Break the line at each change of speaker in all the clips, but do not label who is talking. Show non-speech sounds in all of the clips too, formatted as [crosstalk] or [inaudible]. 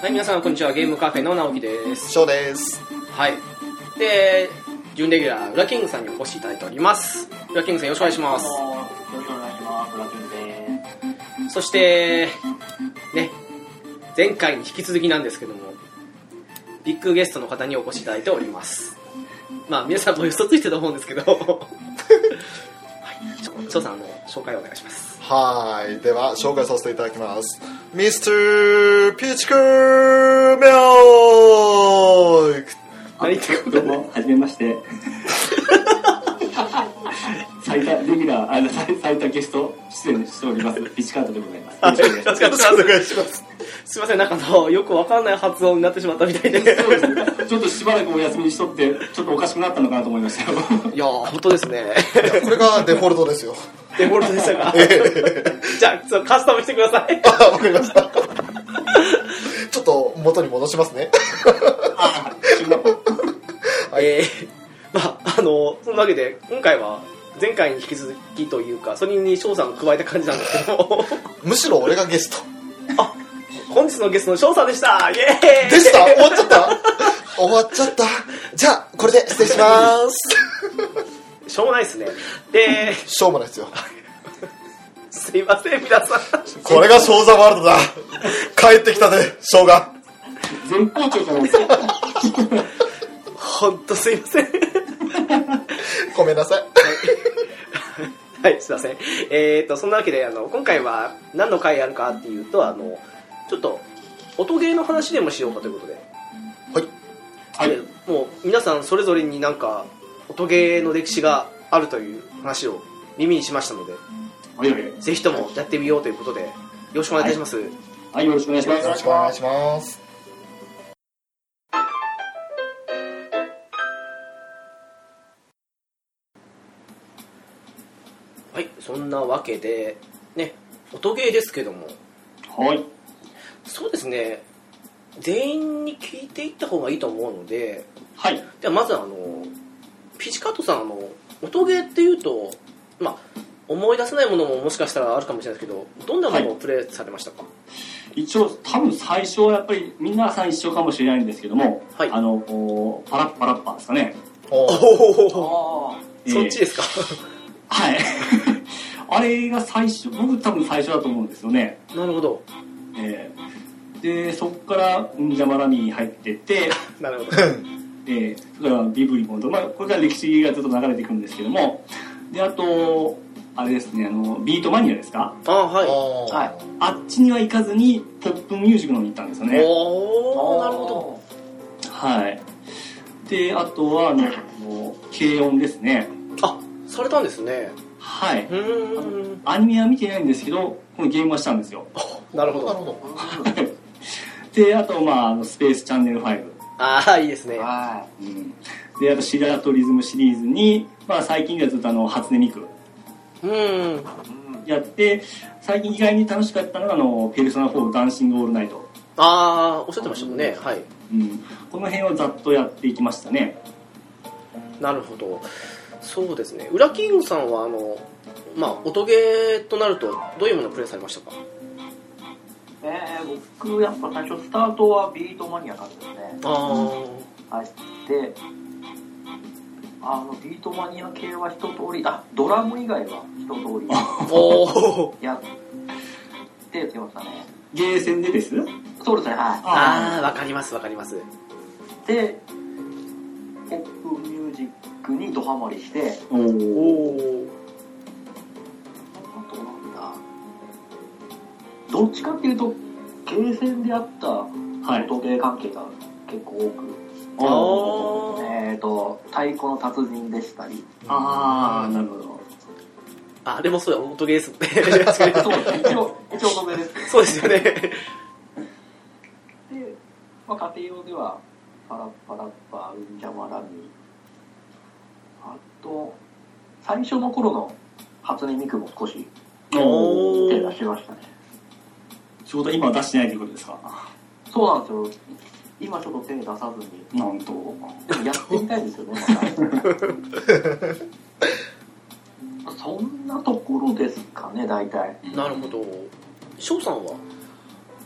はい、皆さん、こんにちは。ゲームカフェの直樹です。
ショーです。
はい。で、準レギュラー、裏キングさんにお越しいただいております。裏キングさん、よろしくお願いし
ど
ま
う
す。
もお願いします。ブラキンで
そして、ね、前回に引き続きなんですけども、ビッグゲストの方にお越しいただいております。まあ、皆さんもう嘘ついてると思うんですけど、 [laughs] はい。ちょ翔さん、あの、紹介をお願いします。
はーい。では、紹介させていただきます。ミスターピーチクーミョーク
何言って
す。どうも、はじめまして。 [laughs] 最多レギュラー、あの最最多ゲスト出演しております。ビチカートでございます。よろしくお願いし
よろしくお願いします。
すいません、なんかあの、よくわかんない発音になってしまったみたいで。
ますちょっとしばらくお休みしとって、ちょっとおかしくなったのかなと思いま [laughs] したよ。
いやー、本当ですね。
いやこれがデフォルト [laughs] ですよ。
デフォルトでしたか [laughs] じゃあ、そうカスタムしてください。
あわかりました。ちょっと元に戻しますね。
えー、まあ、あの、そんなわけで、今回は、前回に引き続きというか、それに翔さんを加えた感じなんですけど [laughs] も、
むしろ俺がゲスト。
本日のゲストの翔さんでしたイエーイ
でした終わっちゃ [laughs] った終わっちゃった。じゃあ、これで失礼します。
しょうもないですね。で、
しょうもないですよ。
すいません、皆さん。
これがショーザワールドだ。帰ってきたぜ、ショーが。
全校長じゃないですか。
ほんとすいません。
ごめんなさい。
はい、すいません。えーと、そんなわけで、あの、今回は何の回やるかっていうと、あの、ちょっと、音ゲーの話でもしようかということで。
はい。
はい。
でもう皆さんそれぞれになんか音ゲーの歴史があるという話を耳にしましたので
おいおい。
ぜひともやってみようということでよろしくお願いいたします、
はい、よろしくお願いします。
よろしくお願いします。
はいそんなわけでね音ゲーですけども
はい。
そうですね全員に聞いていった方がいいと思うので
はい。
ではまずあのピチカートさんあの音ゲーっていうとまあ思い出せないものももしかしたらあるかもしれないですけどどんなものをプレイされましたか、
一応多分最初はやっぱり皆さん一緒かもしれないんですけども、
はい
あのおパラッパラッパーですかね
おー
おお
えー
そっちですか、
はい [laughs] あれが最初僕多分最初だと思うんですよね、
[laughs] なるほど
えーでそこから「ニラマラミ」に入ってって、
なるほど
えーそれから「ビブリボンと」まあ、これから歴史がずっと流れていくんですけどもであとあれですねあのビートマニアですか
[laughs] あは
おー
はいあっちには行かずにポップミュージックの方に行ったんですよ
い、
ね
おおなるほど
はい。で、あとは、あの、軽音ですね。
あされたんですね。
はいう
ーん
アニメは見てないんですけど、このゲームはしたんですよ。
なるほ
な
ど
るほど。
で、あと、まああの、スペースチャンネル5。
ああいいですねは
はうん。で、あと、シラトリズムシリーズに、まあ、最近ではずっとあの、初音ミク
うーん
やって、最近意外に楽しかったのが、あの、ペルソナ4ダンシングオールナイト。
ああおっしゃってましたもんねはい
うん。この辺をざっとやっていきましたね。
なるほどそうですね裏キングさんはあのまあ音ゲーとなるとどういうものをプレイされましたか
えー、僕、やっぱ最初、スタートはビートマニアなんですね。
あー
はい。で、あの、ビートマニア系は一通り、あ、ドラム以外は一通
[laughs]
り
[laughs] おお
やってやってましたね。
ゲーセンでです
そうですね、は
ああわかりますわかります
い。で、ポップミュージックにドハマりして、
あ。お
お
ー
お
あとなんだ。どっちかっていうと、ゲーセンであった
はい。
音ゲー関係が結構多く、
あー
えっ、ー、と、太鼓の達人でしたり、
あー、なるほど。
あれもそうだ音ゲーです [laughs] もんね
そうですね、一応、一応音ゲーです。
そうです [laughs] よね
で、まあ、家庭用ではパラッパラッパうんじゃまらみあと最初の頃の初音ミクも少し
お
手
ー
出しましたね
ちょうど今は出してないということですか
そうなんですよ今ちょっと手出さずに
なんと。
でもやってみたいですよねまたそんなところですかね大体
なるほど翔さんは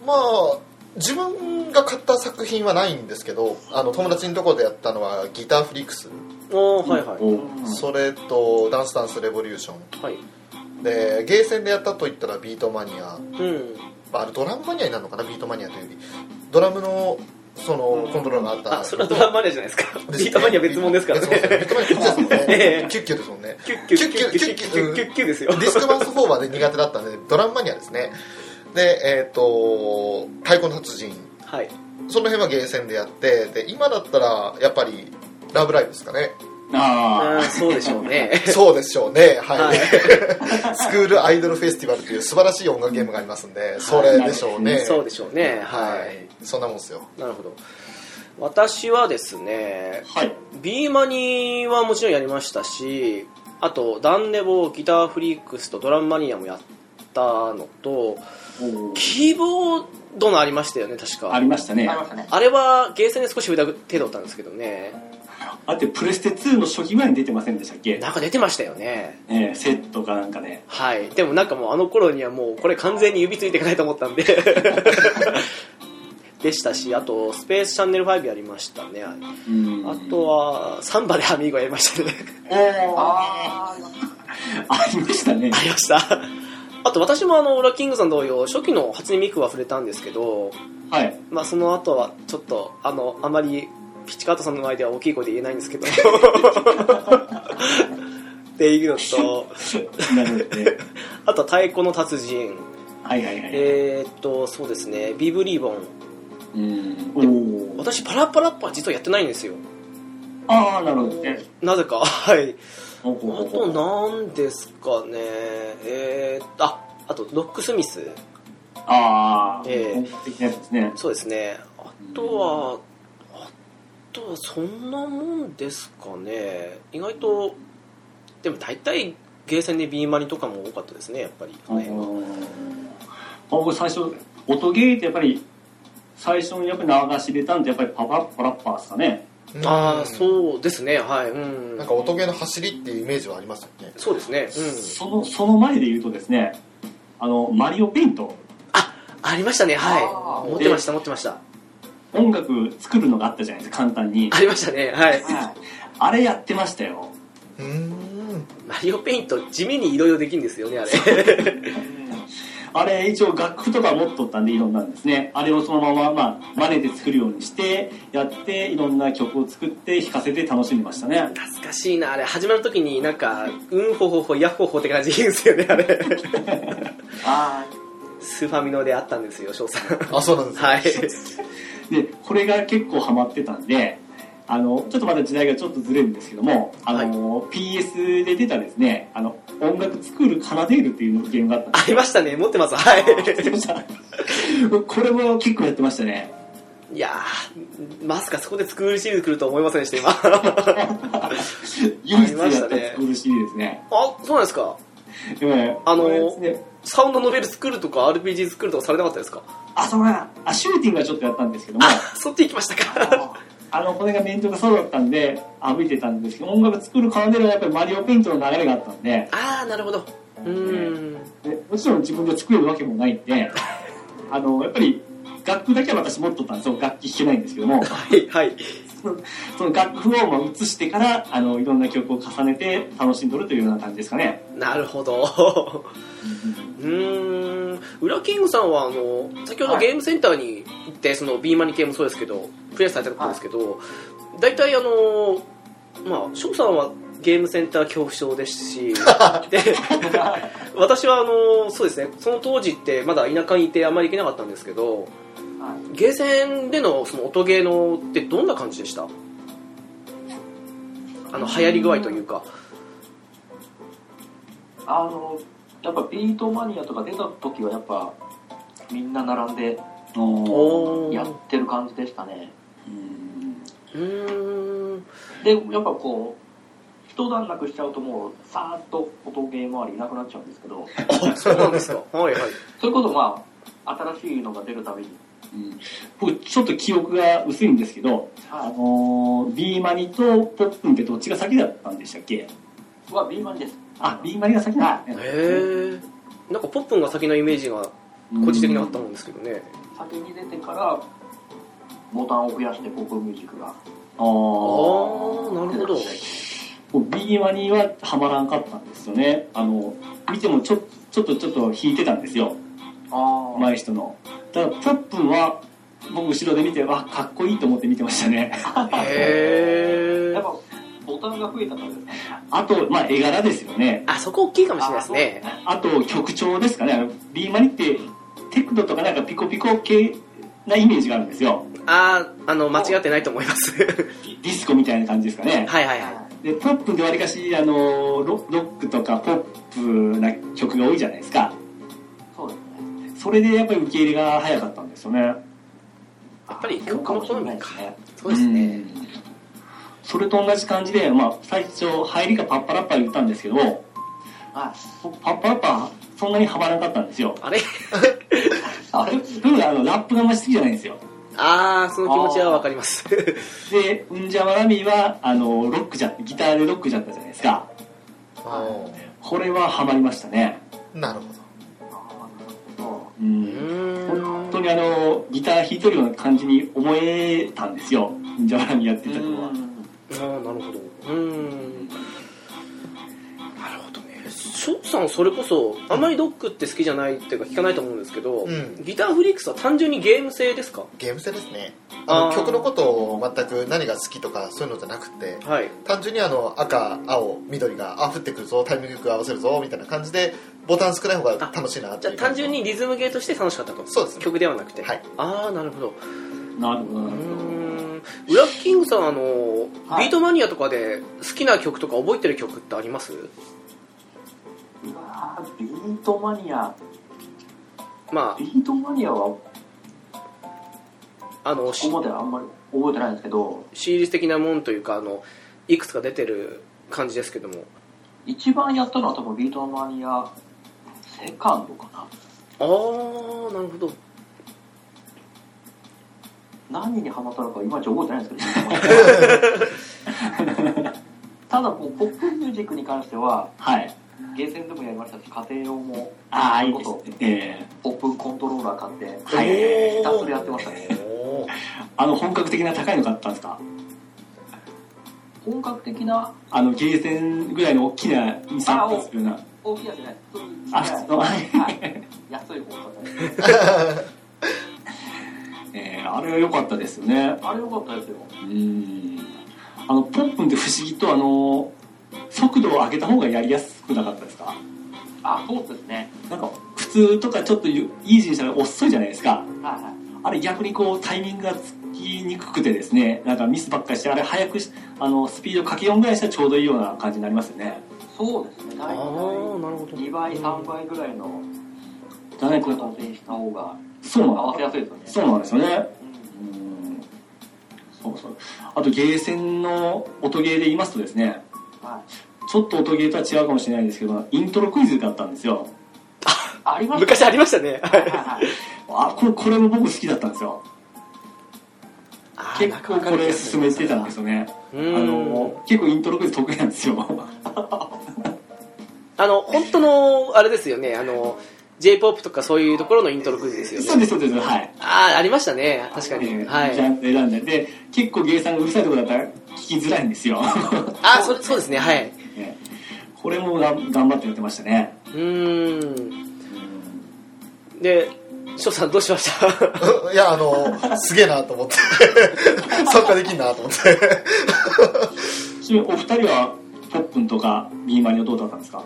まあ、自分が買った作品はないんですけどあの友達のところでやったのはギターフリックス、
おーはいはい、
お
それとダンスダンスレボリューショ
はい
ンでゲーセンでやったといったらビートマニア、
うん
まあ、あれドラムマニアになるのかなビートマニアというよりドラムのそのコントローラーがあった
あそれはドラマネーじゃないですかビートマニア別物ですから
別物
ね
ビートマニアこっちですもんね
[laughs] ええ
キュッキュですもんね
キュッキュッキュッキュッキュッキュッキュッキュッキュッですよ
ディスクマンス4まで苦手だったんでドラムマニアですねでえっ、と「太鼓の達人
はい」
その辺はゲーセンでやってで今だったらやっぱり「ラブライブ!」ですかね
あ
あ
ーそうでしょうね
[laughs] そうでしょうねはい、 [laughs]
はい
スクールアイドルフェスティバルという素晴らしい音楽ゲームがありますんでそれでしょうね、
そうでしょうね
は
はい
そんなもんですよ
いなるほど私はですね
あはい
ビーマニはもちろんやりましたしあとダンデボギターフリークスとドラムマニアもやったのと
お
キーボードのありましたよね確
あ
か
りましたね
ありましたね。
あれはゲーセンで少し札程度だったんですけどね
あってプレステ2の初期前に出てませんでしたっけ、
なんか出てましたよね
えーセットかなんかね
はいでもなんかもうあの頃にはもうこれ完全に指ついていかないと思ったんででしたしあとスペースチャンネル5やりましたねあれ
うん
あとはサンバでアミーゴやりましたね
あー
ありましたね
ありましたあと私もあのウラキングさん同様初期の初音ミクは触れたんですけど
はい
まあその後はちょっとあのあまりピッチカートさんの前では大きい声で言えないんですけどっていうのと
なるほどね
あとは太鼓の達人
はいはいはい、
えーっとそうですねビブリボン
うんおお
私パラッパラッパは実はやってないんですよ
ああなるほどね
なぜかはい
ほうほう
あ
ほう
となんですかねえー、ああとロックスミス
ああ、
ええ
本格的なやつですね。
そうですねあとはあとはそんなもんですかね意外とでも大体ゲーセンでビーマニとかも多かったですねやっぱり
あのー僕最初、音ゲーってやっぱり、最初にやっぱり流し入れたんで、やっぱりパパッパラッパーですかね。
ああ
う
そうですねはいうん
んなんか音ゲーの走りっていうイメージはありますよね
そうですねうん
その、その前で言うとですね、あの、マリオペイント、
ありましたね
あ
は
ー
い持ってました持ってました
音楽作るのがあったじゃないですか、簡単に
あ。りましたねはい
はいあれやってましたよ。
うーん
マリオペイント地味にいろいろできるんですよねあれ
あれ一応楽譜とか持っとったんでいろんなんですねあれをそのまま、まあ、真似で作るようにしてやっていろんな曲を作って弾かせて楽しみましたね
懐かしいなあれ始まる時になんかうんほほほやっほほって感じで言うんですよねあれ
あ
スーファミノであったんですよ翔さん
あそうなんですね
はい
でこれが結構ハマってたんであのちょっとまた時代がちょっとずれるんですけどもあの、PS で出たですねあの音楽作る奏でるっていうゲームがあったんで [laughs]
ありましたね持ってますはい
すよこれも結構やってましたね
いやーまさかそこでスクールシリーズ来ると思いませんでした今あ
唯一やった作るシリーズですね
そうなんですか
でもね
あの
これですね
サウンドノベル作るとか RPG 作るとかされなかったですか
あそこだあシューティングはちょっとやったんですけども
あそっち行きましたか
あの、骨が面倒がそうだったんで、歩いてたんですけど、音楽作る奏でるはやっぱりマリオペイントの流れがあったんで、
ああなるほどうーん
でもちろん自分で作れるわけもないんで、あの、やっぱり、楽譜だけは私持っとったんですよ。楽器弾けないんですけども、
はいはい
その楽譜をまあ移してから、あの、いろんな曲を重ねて楽しんどるというような感じですかね。
なるほどうーん、ウラキングさんはあの先ほど
はい
ゲームセンターに行って、そのビーマニ系もそうですけどプレイされたことですけど、大体あのまあ翔さんはゲームセンター恐怖症ですしで私はあのそうですねその当時ってまだ田舎にいてあんまり行けなかったんですけど
ーはい
ゲーセンでのその音ゲーのってどんな感じでしたあの流行り具合というか
あのやっぱビートマニアとか出た時はやっぱみんな並んで
お
や
ー
ってる感じでしたね
うん
うーん
でやっぱこう一段落しちゃうともうさーっと音ゲー周りいなくなっちゃうんですけど
あそうなんですか [laughs] はいはい
それこそまあ新しいのが出るたびに
うん僕、ちょっと記憶が薄いんですけど、あ
は
のー、B マニとポップンってどっちが先だったんでしたっけ
いはビーマニです
あ、B マニが先だ。
へえんかポップンが先のイメージが個人的にあったもんですけどね。
先に出てからボタンを増やしてポップミュージックが
あ
ああ
ー
ー、なるほど。
もう B マニはハマらんかったんですよねあの見てもちょちょっとちょっと引いてたんですよ
あ
前人のただポップンは僕後ろで見てわかっこいいと思って見てましたね
へ
やっ
え。
ぱボタンが増えたからですね
あとまあ絵柄ですよね
あ、そこ大きいかもしれないですね。
あと曲調ですかね B マニってテクノとかなんかピコピコ系なイメージがあるんですよ
ああ、あの、間違ってないと思います。
ディスコみたいな感じですかね
はいはいはい。
でポップンでわりかしあのロロックとかポップな曲が多いじゃないですか
そうですね
それでやっぱり受け入れが早かったんですよね
やっぱり曲の好みか。
ね
そうですね。
うんそれと同じ感じで、まあ、最初入りがパッパラッパ言ったんですけど
あ
僕パッパラッパそんなにハマらなかったんですよ
あれ [laughs]
あれというのはあのラップがあんまり好きじゃないんですよ
ああ、その気持ちはわかります。
で「うんじゃまらみ」はあのロックじゃギターでロックじゃったじゃないですか
あ
これはハマりましたね
ーなるほど
そ
う
う
ー
ん本
ん。
当にあのギター弾いてるような感じに思えたんですよ「うんじゃまらみ」やって
う
たのは
ああ、なるほど。うーん。なるほどね。翔さん、それこそ、あまりロックって好きじゃないっていうか、聞かないと思うんですけど、
うん
ギターフリークスは単純にゲーム性ですか
ゲーム性ですねあ
あ
の
ー
曲のことを全く何が好きとかそういうのじゃなくて
はい。
単純にあの赤青緑があ降ってくるぞタイミングよく合わせるぞみたいな感じでボタン少ない方が楽しいなって
じゃ
い
あ
う
単純
に
にリズムゲーとして楽しかったと。
そうですね
曲ではなくて。
はい
ああ、なるほど。
なるほど
う
な
ー
るほど
ん。ブラッキングさん、あの、
はい
ビートマニアとかで好きな曲とか覚えてる曲ってあります
うわービートマニア
ま
ビートマニアはこ
あ、あの、
こまであんまり覚えてないんですけど
シリーズ的なもんというかあのいくつか出てる感じですけども
一番やったのは多分ビートマニアセカンドか
ああなるほど
な何にハマったのかいまいち覚えてないんですけどただこうポップミュージックに関しては
はい
ゲーセンでもやりましたし家庭用も
ああいいですねえ
ポップコントローラー買って
えはい
ひたすらやってましたね
おー
あの本格的な高いの買ったんですか
本格的な
あのゲーセンぐらいの大きな23分するような
大きいやつじゃない普通に
あ普通の
はい、安い方買った
えーあれは良かったですよね
あれ良かったですよ
うんあのポップンって不思議とあの速度を上げた方がやりやすくなかったですか
あそうですね
なんか普通とかちょっとゆイージーにしたら遅いじゃないですか
はいはい
あれ逆にこうタイミングがつきにくくてですねなんかミスばっかりしてあれ早くしあのスピードかけ4ぐらいしたらちょうどいいような感じになりますよね
そうですね
あ
大
あなる
体
ほど
2倍3倍ぐらいの
じゃない
こ
か
とをした方が
そう
合
な
わ
の
せやすいですよね
そうなんですよね
うん
うんそうそうあとゲーセンの音ゲーで言いますとですね
はい
ちょっと音ゲーとは違うかもしれないんですけどイントロクイズだったんですよ
ありました
昔ありましたね
はいはい
あこれこれも僕好きだったんですよ
あー
結構これ進めてたんですよね
う
あ
ーん
の結構イントロクイズ得意なんですよ
あの本当のあれですよねあの j p o p とかそういうところのイントロクイズですよ
そう
ね
ですそうですはい
ああありましたね確かには
ジャ
い
ンル選んでで結構ゲーさんがうるさいとこだったら聞きづらいんですよ [laughs]
あそそうですねはい
ねこれもが頑張ってやってましたね
うーんで翔さんどうしました
い [laughs] やあのすげえなと思って [laughs] 参加できんなと思って
ちなみにお二人はポップンとかビーマニはどうだったんですか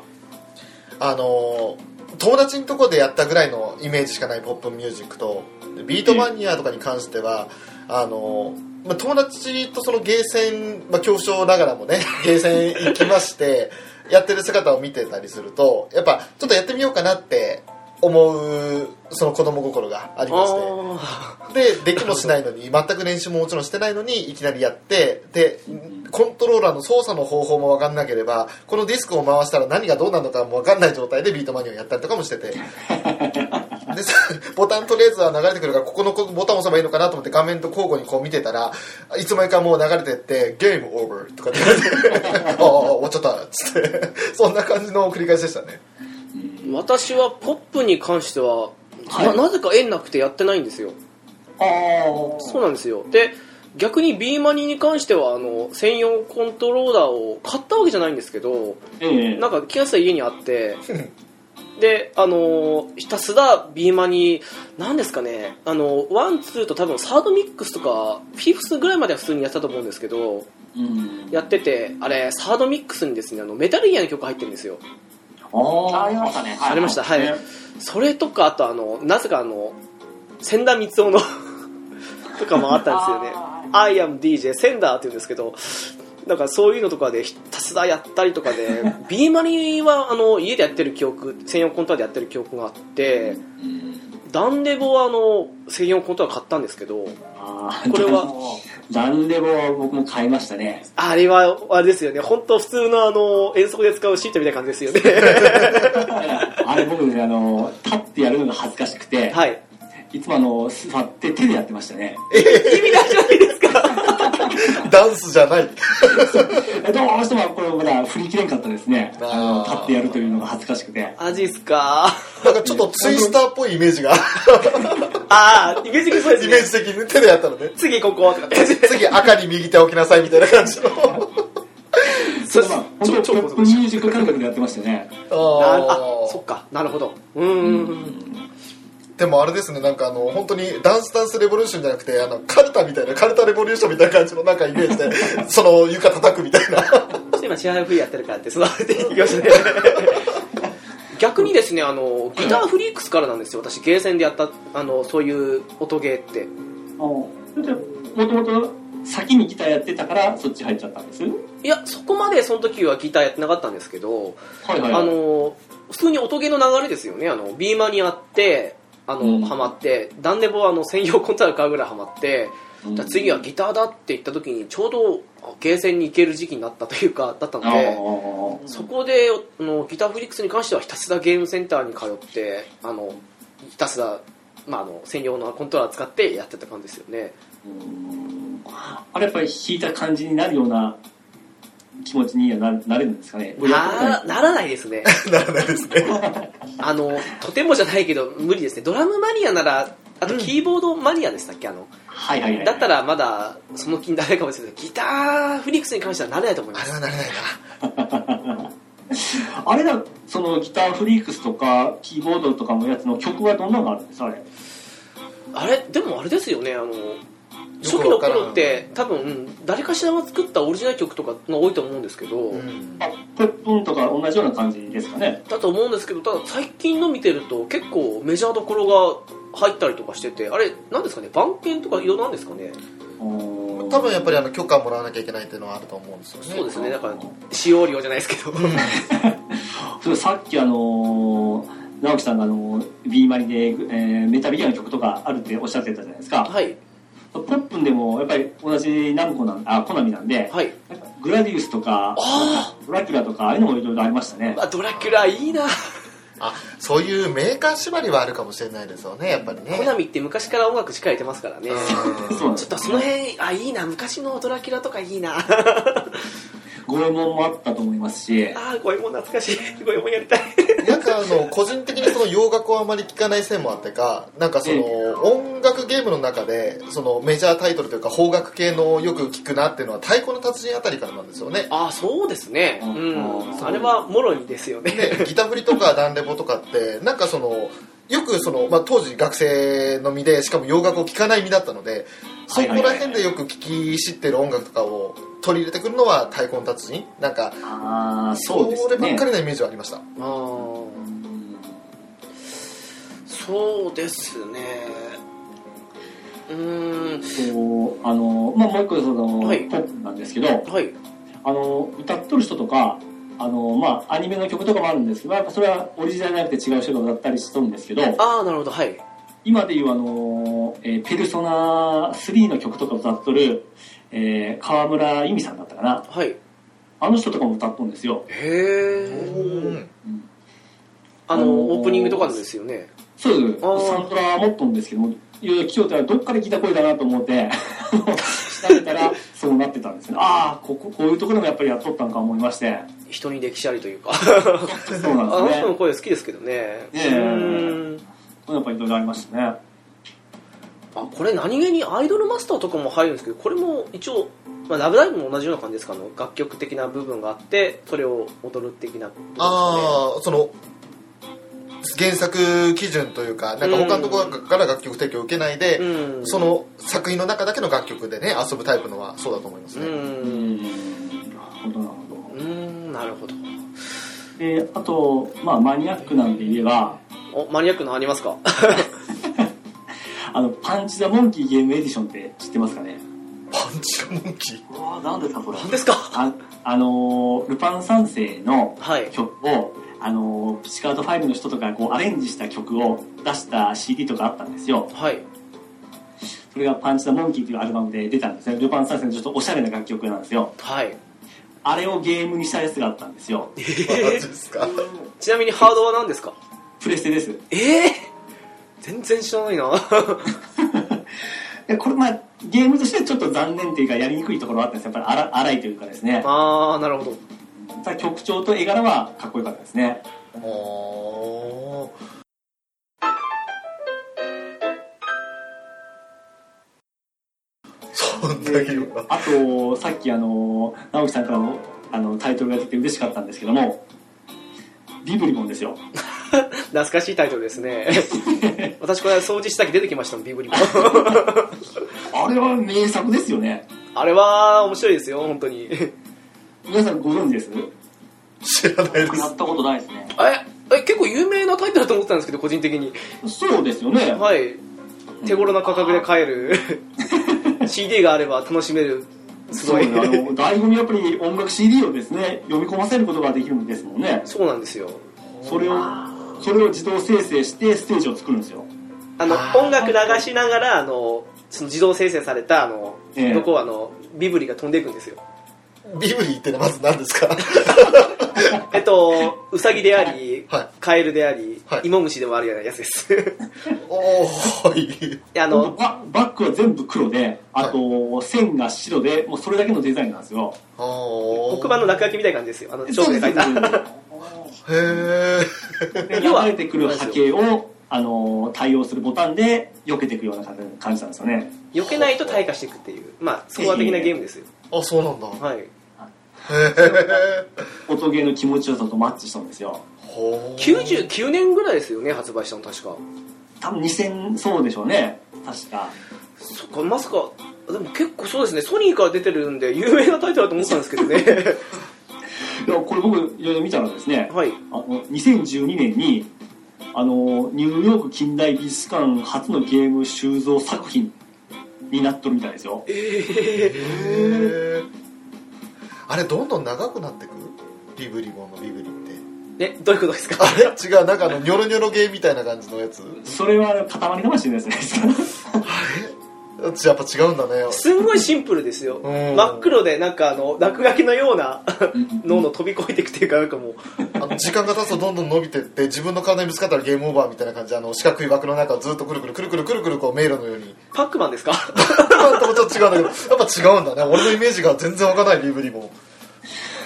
あの友達のとこでやったぐらいのイメージしかないポップミュージックとビートマニアとかに関してはあの、まあ、友達とそのゲーセン、まあ、恐怖症ながらもね [laughs] ゲーセン行きましてやってる姿を見てたりするとやっぱちょっとやってみようかなって思うその子供心がありまして
あ
でできもしないのに全く練習ももちろんしてないのにいきなりやってでコントローラーの操作の方法も分かんなければこのディスクを回したら何がどうなるのかも分かんない状態でビートマニアをやったりとかもしててでさボタンとりあえずは流れてくるからここのボタンを押せばいいのかなと思って画面と交互にこう見てたらいつまにかもう流れてってゲームオーバーとかって言われてああ終わっちゃったっつってそんな感じの繰り返しでしたね
ー私はポップに関しては
はい
ななぜか縁なくてやってないんですよ
ああ
そうなんですよで逆に B マニに関してはあの専用コントローラーを買ったわけじゃないんですけど
ええ
なんか気がした家にあってであのひたすら B マニなんですかねあのワンツーと多分サードミックスとかフィフスぐらいまでは普通にやってたと思うんですけど
うん
やっててあれサードミックスにですねあのメタルギアの曲入ってるんですよ
ああ
ありましたねはい
ありましたはい
ね
それとかあとあのなぜかあの千田光雄の [laughs] とかもあったんですよね「
あ
I am DJ センダー」って言うんですけどなんかそういうのとかでひたすらやったりとかで B マニはあの家でやってる記憶専用コントローラーでやってる記憶があって
うん
ダンデボはあの専用コントローラー買ったんですけど
ああ
これは
ダンデボは僕も買いまし
[laughs]
たね
あれはあれですよね本当普通のあの遠足で使うシートみたいな感じですよね
[laughs]
あれ僕ねあの立ってやるのが恥ずかしくて、
はい
い、つもあの座って手でやってましたね
ダンスじゃない。
どうしてもこれまだ振り切れんかったですねあの
あー
立ってやるというのが恥ずかしくて
マジっすか
なんかちょっとツイスターっぽいイメージが、
ああイメージ的にそうです
イ
ね
メージ的に手でやったのね。
次こことかって
次赤に右手置きなさいみたいな感
[laughs]
じの。
それは本当に
ち
ポ
ょ
ップミュージック感覚でやってましたね
あ
あ
あそっかなるほどうーん
ーでもあれですね、なんかあの、本当にダンスダンスレボリューションじゃなくて、あの、カルタみたいな、カルタレボリューションみたいな感じのなんかイメージで、
[laughs]
その床叩くみたいな。 [laughs]
ちょっと今チェアフリーやってるからって [laughs] 育てていきましたね逆にですねあのギターフリークスからなんですよ私ゲーセンでやったあのそういう音ゲーって
もともと先にギターやってたからそっち入っちゃったんですはい
やそこまでその時はギターやってなかったんですけど、
いはい
あの普通に音ゲーの流れですよねあのビーマにあってあの、
うん
ハマってダンデボはあの専用コントローラー買うぐらいハマってじゃあ次はギターだって言った時にちょうどあゲーセンに行ける時期になったというかだったの
あ
で
ー
そこであのギターフリックスに関してはひたすらゲームセンターに通ってあのひたすら、まあ、あの専用のコントローラー使ってやってた感じですよね
うんあれやっぱり弾いた感じになるような気持ちにはななれるんですかね
なならないですね
ならないですね。
あのとてもじゃないけど無理ですねドラムマニアならあとキーボードマニアでしたっけあの
はいはいはい
[laughs] だったらまだその気になれるかもしれないけどギターフリックスに関してはなれないと思いま
あれ
す
はなれない
あれだそのギターフリークスとかキーボードとかのやつの曲はどんなのがあるんですかあれ
あれでもあれですよねあの初期
く
の
わからん
頃って多分うん誰かしらが作ったオリジナル曲とかが多いと思うんですけど、
な。うん
あプップンとか同じような感じですかね
だと思うんですけどただ最近の見てると結構メジャーどころが入ったりとかしててあれなんですかね番犬とか色なんですかね、
多分やっぱ
り
りあの許可もらわなきゃいけないっていうのはあると思うんですよね。
そうですねだから使用料じゃないです
[laughs]
けど
さっきあのー直樹さんがあのー B マリで、えーメタルギアの曲とかあるっておっしゃってたじゃないですか、
はい
ポップンでもやっぱり同じナムコなんあコナミなんで、
はい
やっぱグラディウスとか
あ
ドラキュラとかああいうのもいろいろありましたね
あドラキュラいいな
あ、そういうメーカー縛りはあるかもしれないですよね、やっぱりね
コ。ナミって昔から音楽しっかりやってますからね
うん
そうなんで
ちょっと
す
その辺あいいな昔のドラキュラとかいい [laughs] なあ
ゴエモンもあったと思いますし
あゴエモン懐かしいゴエモンやりたい
なんかあの個人的にその洋楽をあまり聞かないせいもあってかなんかその音楽ゲームの中でそのメジャータイトルというか邦楽系のよく聞くなっていうのは「太鼓の達人」あたりからなんですよね。
ああそうですねう
あ
ん
ー
あれはもろにですよね
でギタフリとかダンレボとかってなんかそのよくその、まあ、当時学生の身でしかも洋楽を聴かない身だったのでそこら辺でよく聞き知ってる音楽とかを取り入れてくるのは「太鼓の達人」なんか
ああそうです
そればっ
ね
かりなイメージはありました。
ああそうですねうーん
こうあのまあもう一個その、
はい
ポップンなんですけど
はい
あの歌っとる人とかあのまあアニメの曲とかもあるんですけどやっぱそれはオリジナルじゃなくて違う人が歌ったりしとるんですけど
ああなるほどはい
今でいうあの、えーペルソナ3の曲とか歌っとる、えー川村由美さんだったかな
はい
あの人とかも歌っとるんですよ
へえあのオープニングとかのですよね
そうです
あー
サントラ持っとんですけどもいろいろ聞いたらどっから聞いた声だなと思って調べたらそうなってたんですねああこここういうところでもやっぱりやっとったんか思いまして
人に歴史ありというか
そう
[laughs] あの
なんです
人の
ね
声好きですけどね
ねえ
うーん
やっぱいろいろありましたね。
あこれ何気にアイドルマスターとかも入るんですけどこれも一応、まあ、ラブライブも同じような感じですかあの楽曲的な部分があってそれを踊る的なあ
ああその原作基準というかなんか他のところから楽曲提供を受けないで、
うん
その作品の中だけの楽曲でね遊ぶタイプのはそうだと思います
う
ね、
うんん。なるほど、なるほど。
うんなるほど
で、あと、まあ、マニアックなんで言えば、
おマニアックのありますか [laughs]
あの、パンチ・ザ・モンキー・ゲーム・エディションって知ってますかね
パンチがモンキー
うわーなんでさそれ
何ですか
ああのールパン三世の
はい
曲を、あのーピチカート5の人とかこうアレンジした曲を出した CD とかあったんですよ。
はい
それがパンチ・ザ・モンキーっていうアルバムで出たんですね。ルパン三世のちょっとおしゃれな楽曲なんですよ。
はい
あれをゲームにしたやつがあったんですよ。
マジですか
[laughs] ちなみにハードは何ですか
プレステです。い
ええ全然知らない [laughs] な
やこれまあ、ゲームとしてはちょっと残念っていうかやりにくいところはあったんですよ。やっぱり荒荒いというかですね。
ああなるほど
ただ曲調と絵柄はかっこよかったですね。
おーそんだけ言うな
あと、さっきあの、直樹さんからのあのタイトルが出て嬉しかったんですけども、ビブリモンですよ。
懐かしいタイトルです [laughs] ね私これ掃除したき出てきましたもんビブリも
あれは名作ですよね。
[laughs] あれは面白いですよ本当にえ
皆さんご存知です
知らないで
や
す
ったことないですね
え結構有名なタイトルだと思ってたんですけど個人的に
そうですよね。
はい手頃な価格で買える CD があれば楽しめるす
[laughs] そ
ご
う
い
ねあの、醍醐味はやっぱり音楽 CD をですね、読み込ませることができるんですもんね。
そうなんですよ
それを、それを自動生成してステージを作るんですよ。
あの
あー
音楽流しながらあのその自動生成されたあの、
ええ
どこあのビブリが飛んでいくんですよ
ビブリーってのはまず何ですか
えっとウサギであり、
はい
カエルであり、
はい
イモムシでもあるようなやつです
おーい
であの
ババックは全部黒で、あと、線が白で、もうそれだけのデザインなんですよ。
黒
黒板の落書きみたいな感じですよあの勝負で書いた
[laughs] そうですそうです
へえ
[laughs] で流
要は
れてくる波形を、あの対応するボタンで避けていくような感じ感じなんですよね
避けないと退化していくっていうまあスコア的なゲームですよ、
あそうなんだへ
はい、
え
音ゲーの気持ちよさとマッチしたんですよ
ほー
99年ぐらいですよね発売したの確か
多分2000そうでしょうね確か
そっかまさかでも結構そうですねソニーから出てるんで有名なタイトルだと思ってたんですけどね [laughs]
いやこれ僕いろいろ見たらですね
はい
あの2012年にあのニューヨーク近代美術館初のゲーム収蔵作品になっとるみたいですよ
ええ
へーあれどんどん長くなってくビブリボンのビブリって
えどういうことですか
あれ違うなんかあのニョロニョロゲーみたいな感じのやつ
それは塊魂のやつですね
やっぱ違うんだね
すんごいシンプルですよ
うん
真っ黒でなんかあの落書きのような
うん
のの飛び越えていくっていうかなんかもう
あの時間が経つとどんどん伸びてって自分の体にぶつかったらゲームオーバーみたいな感じであの四角い枠の中をずっとくるくるくるくるくるくるこう迷路のように
パックマンですか
なんともちょっと違うんだけどやっぱ違うんだね俺のイメージが全然わかんないビブリボン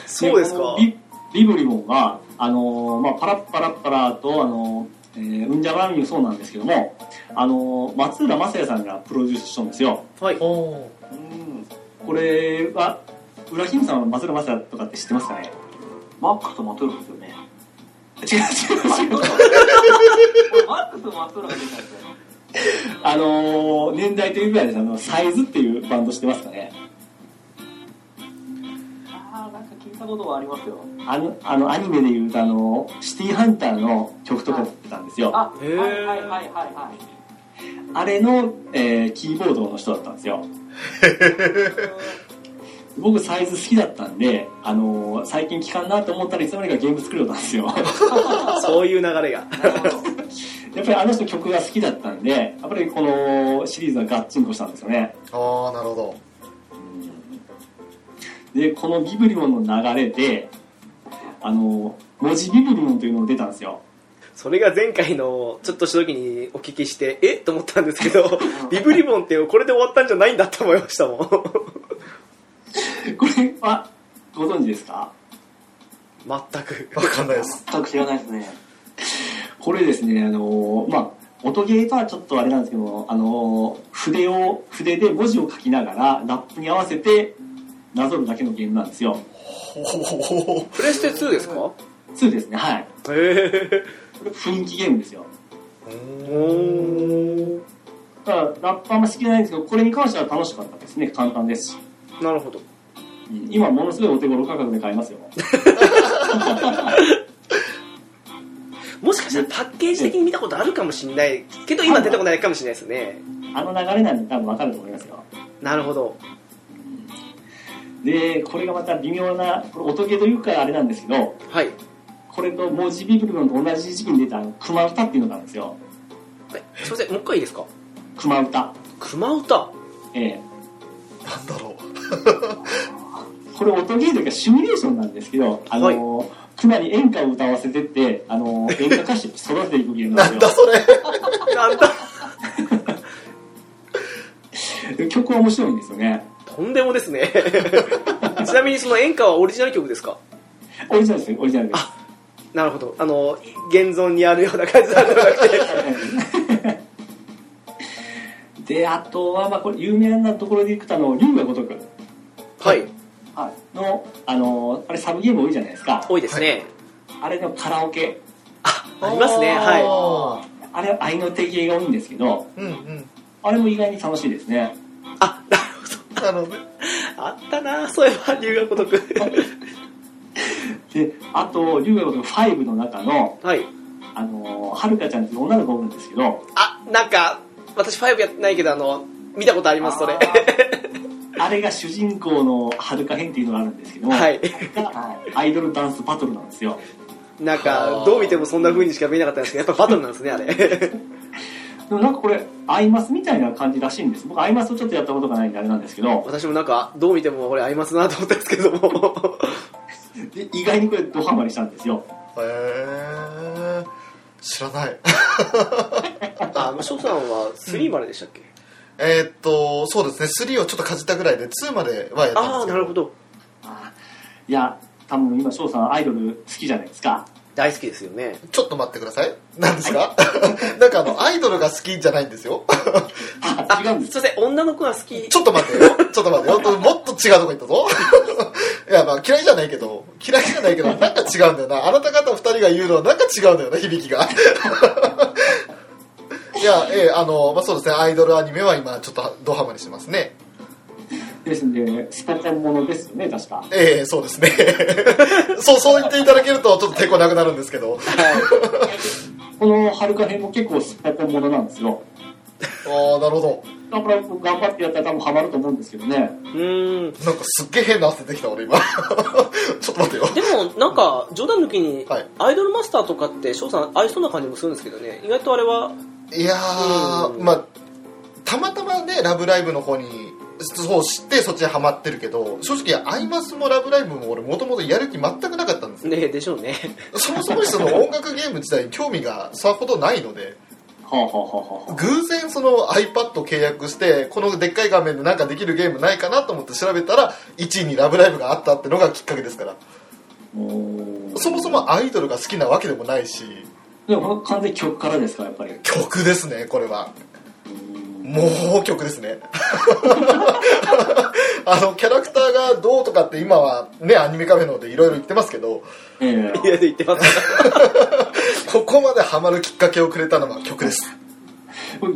そうですか
このビビブリモンは、あのーまあ、パラッパラッパラーと、あのーえー、うんじゃらみもそうなんですけども、あのー松浦正也さんがプロデュースしたんですよ。
はい
お
うん
これは、裏キムさんは松浦正也とかって知ってますか
[laughs]
ね
マックスとマトゥルですよね
違う違う違う。
これマックスとマトゥルが出たんですよね
あのー年代というぐらいです。あの、サイズっていうバンド知ってますかね
ああなんか聞いたことはありますよ
あの、あの、アニメでいうと、あのシティハンターの曲とかだったんですよ。あ
あは
へ
い
ー
はいはいはいはい
れの、えーキーボードの人だったんですよ。僕サイズ好きだったんで、あのー最近聞かんなと思ったらいつの間にかゲーム作るようになったんですよ
そういう流れが
なる
や
ほど
っぱりあの人曲が好きだったんでやっぱりこのシリーズはガッチンコしたんですよね
ああなるほ
でこのビブリモンの流れであのー文字ビブリモンというのも出たんですよ
それが前回のちょっとした時にお聞きしてえっと思ったんですけどビブリボンってこれで終わったんじゃないんだって思いましたもん
これはご存知ですか
全く
どわかんないです
全く知らないですね
これですねあのーまあ音ゲーとはちょっとあれなんですけども、あのー筆を、筆で文字を書きながら、ラップに合わせて、なぞるだけのゲームなんですよ。
ほほほほ
プレステ2ですか
2ですね、はい。
へえ
雰囲気ゲームですよ。
お
だから、ラップあんま好きじゃないんですけど、これに関しては楽しかったですね、簡単ですし。
なるほど
うん今、ものすごいお手頃価格で買えますよ。
もしかしたらパッケージ的に見たことあるかもしれないけど今出てこないかもしれないですね
あの流れなんで多分わかると思いますよ。
なるほど
で、これがまた微妙な、これ音ゲーというかあれなんですけど、
はい
これと文字ビブルのと同じ時期に出たあの熊歌っていうのがあるんですよ。
えすいませんもう一回いいですか
熊歌。
熊歌
ええ
なんだろ
これ音ゲーというかシミュレーションなんですけど、あの、熊に演歌を歌わせてって、あの、演歌歌手に育てていくゲー
う
ムな
なんん
で
だそれ
なんだ
すよ。曲は面白いんですよね。
とんでもですね [laughs] ちなみにその演歌はオリジナル曲ですか
オリジナルですよ、オリジナルです。
なるほどあの現存にあるような感じなんじゃなくて
[laughs] で、あとは、まあ、これ、有名なところでいくと、あの、竜が如く
はい
の、あの、あれ、サブゲーム多いじゃないですか。
多いですね、
あれのカラオケ。
ありますねは
は
あれ、愛の手芸が多いんですけど、
いうんうん
あれも意外に楽しいですね。
いあなる
なるほどね
ほどあったなそういえば留学如く
で、あと、竜が如く5の中の、
[laughs] はい
あの、はるかちゃんっていう女の子がおるんですけど、
あなんか私5やってないけどあの見たことありますそれ
あー
あれが主人公のはるか編っていうのがあるんですけども、
はい
がアイドルダンスバトルなんですよ。
なん
は
か
あ
どう見てもそんな風にしか見えなかったんですけどやっぱバトルなんですねあ [laughs] れ
でもなんかこれ、アイマスみたいな感じらしいんです。僕、アイマスをちょっとやったことがないんであれなんですけど、
私もなんかどう見てもこれ合いますなと思ったんですけども
で意外にこれドハマりしたんですよ。
へえ知らない [laughs]
あ翔さんは3まででしたっけ、
えーっとそうですね3をちょっとかじったぐらいで2まではやったんです
ああ
けど
なるほど
いや、多分今、翔さんアイドル好きじゃないですか。
大好きですよね
ちょっと待ってください何ですか [laughs] なんかあのアイドルが好きじゃないんですよ [laughs]
あ、違うんです。
すいません女の子が好き
ちょっと待ってよちょっと待ってよほんともっと違うとこ行ったぞ [laughs] いやまあ嫌いじゃないけど嫌いじゃないけどなんか違うんだよなあなた方2人が言うのはなんか違うんだよな響きが [laughs] いやえーあの、まあ、そうですねアイドルアニメは今ちょっとドハマりしてますね
ですんで、スポコンものですよね、確か。
ええそうですね [laughs] そうそう言っていただけるとちょっと抵抗なくなるんですけど
このはるか編も結構スポコンものなんですよ。
ああなるほど
だから僕頑張ってやったら多分ハマると思うんですけどね。
[laughs] うーん
なんかすっげえ変な汗出てきた俺今 [laughs] ちょっと待ってよ
でもなんか冗談抜きに
はい
アイドルマスターとかって翔さん合いそうな感じもするんですけどね意外とあれはい
やー、
うん
まあたまたまね「ラブライブ!」の方にそう知ってそっちにハマってるけど正直「アイマス」も「ラブライブ!」も俺もともとやる気全くなかったんですよ
ねでしょうね
そもそもその音楽ゲーム自体に興味がさほどないので
ほうほうほうほうほ
偶然その iPad 契約してこのでっかい画面でなんかできるゲームないかなと思って調べたら1位に「ラブライブ!」があったってのがきっかけですから
う。おー
そもそもアイドルが好きなわけでもないし
でもこの完全に曲からですから、やっぱり。
曲ですねこれは
うん
もう曲ですね [laughs] あのキャラクターがどうとかって今はねアニメカフェの方でいろいろ言ってますけど
ええ
いやで言ってますか
ここまでハマるきっかけをくれたのは曲です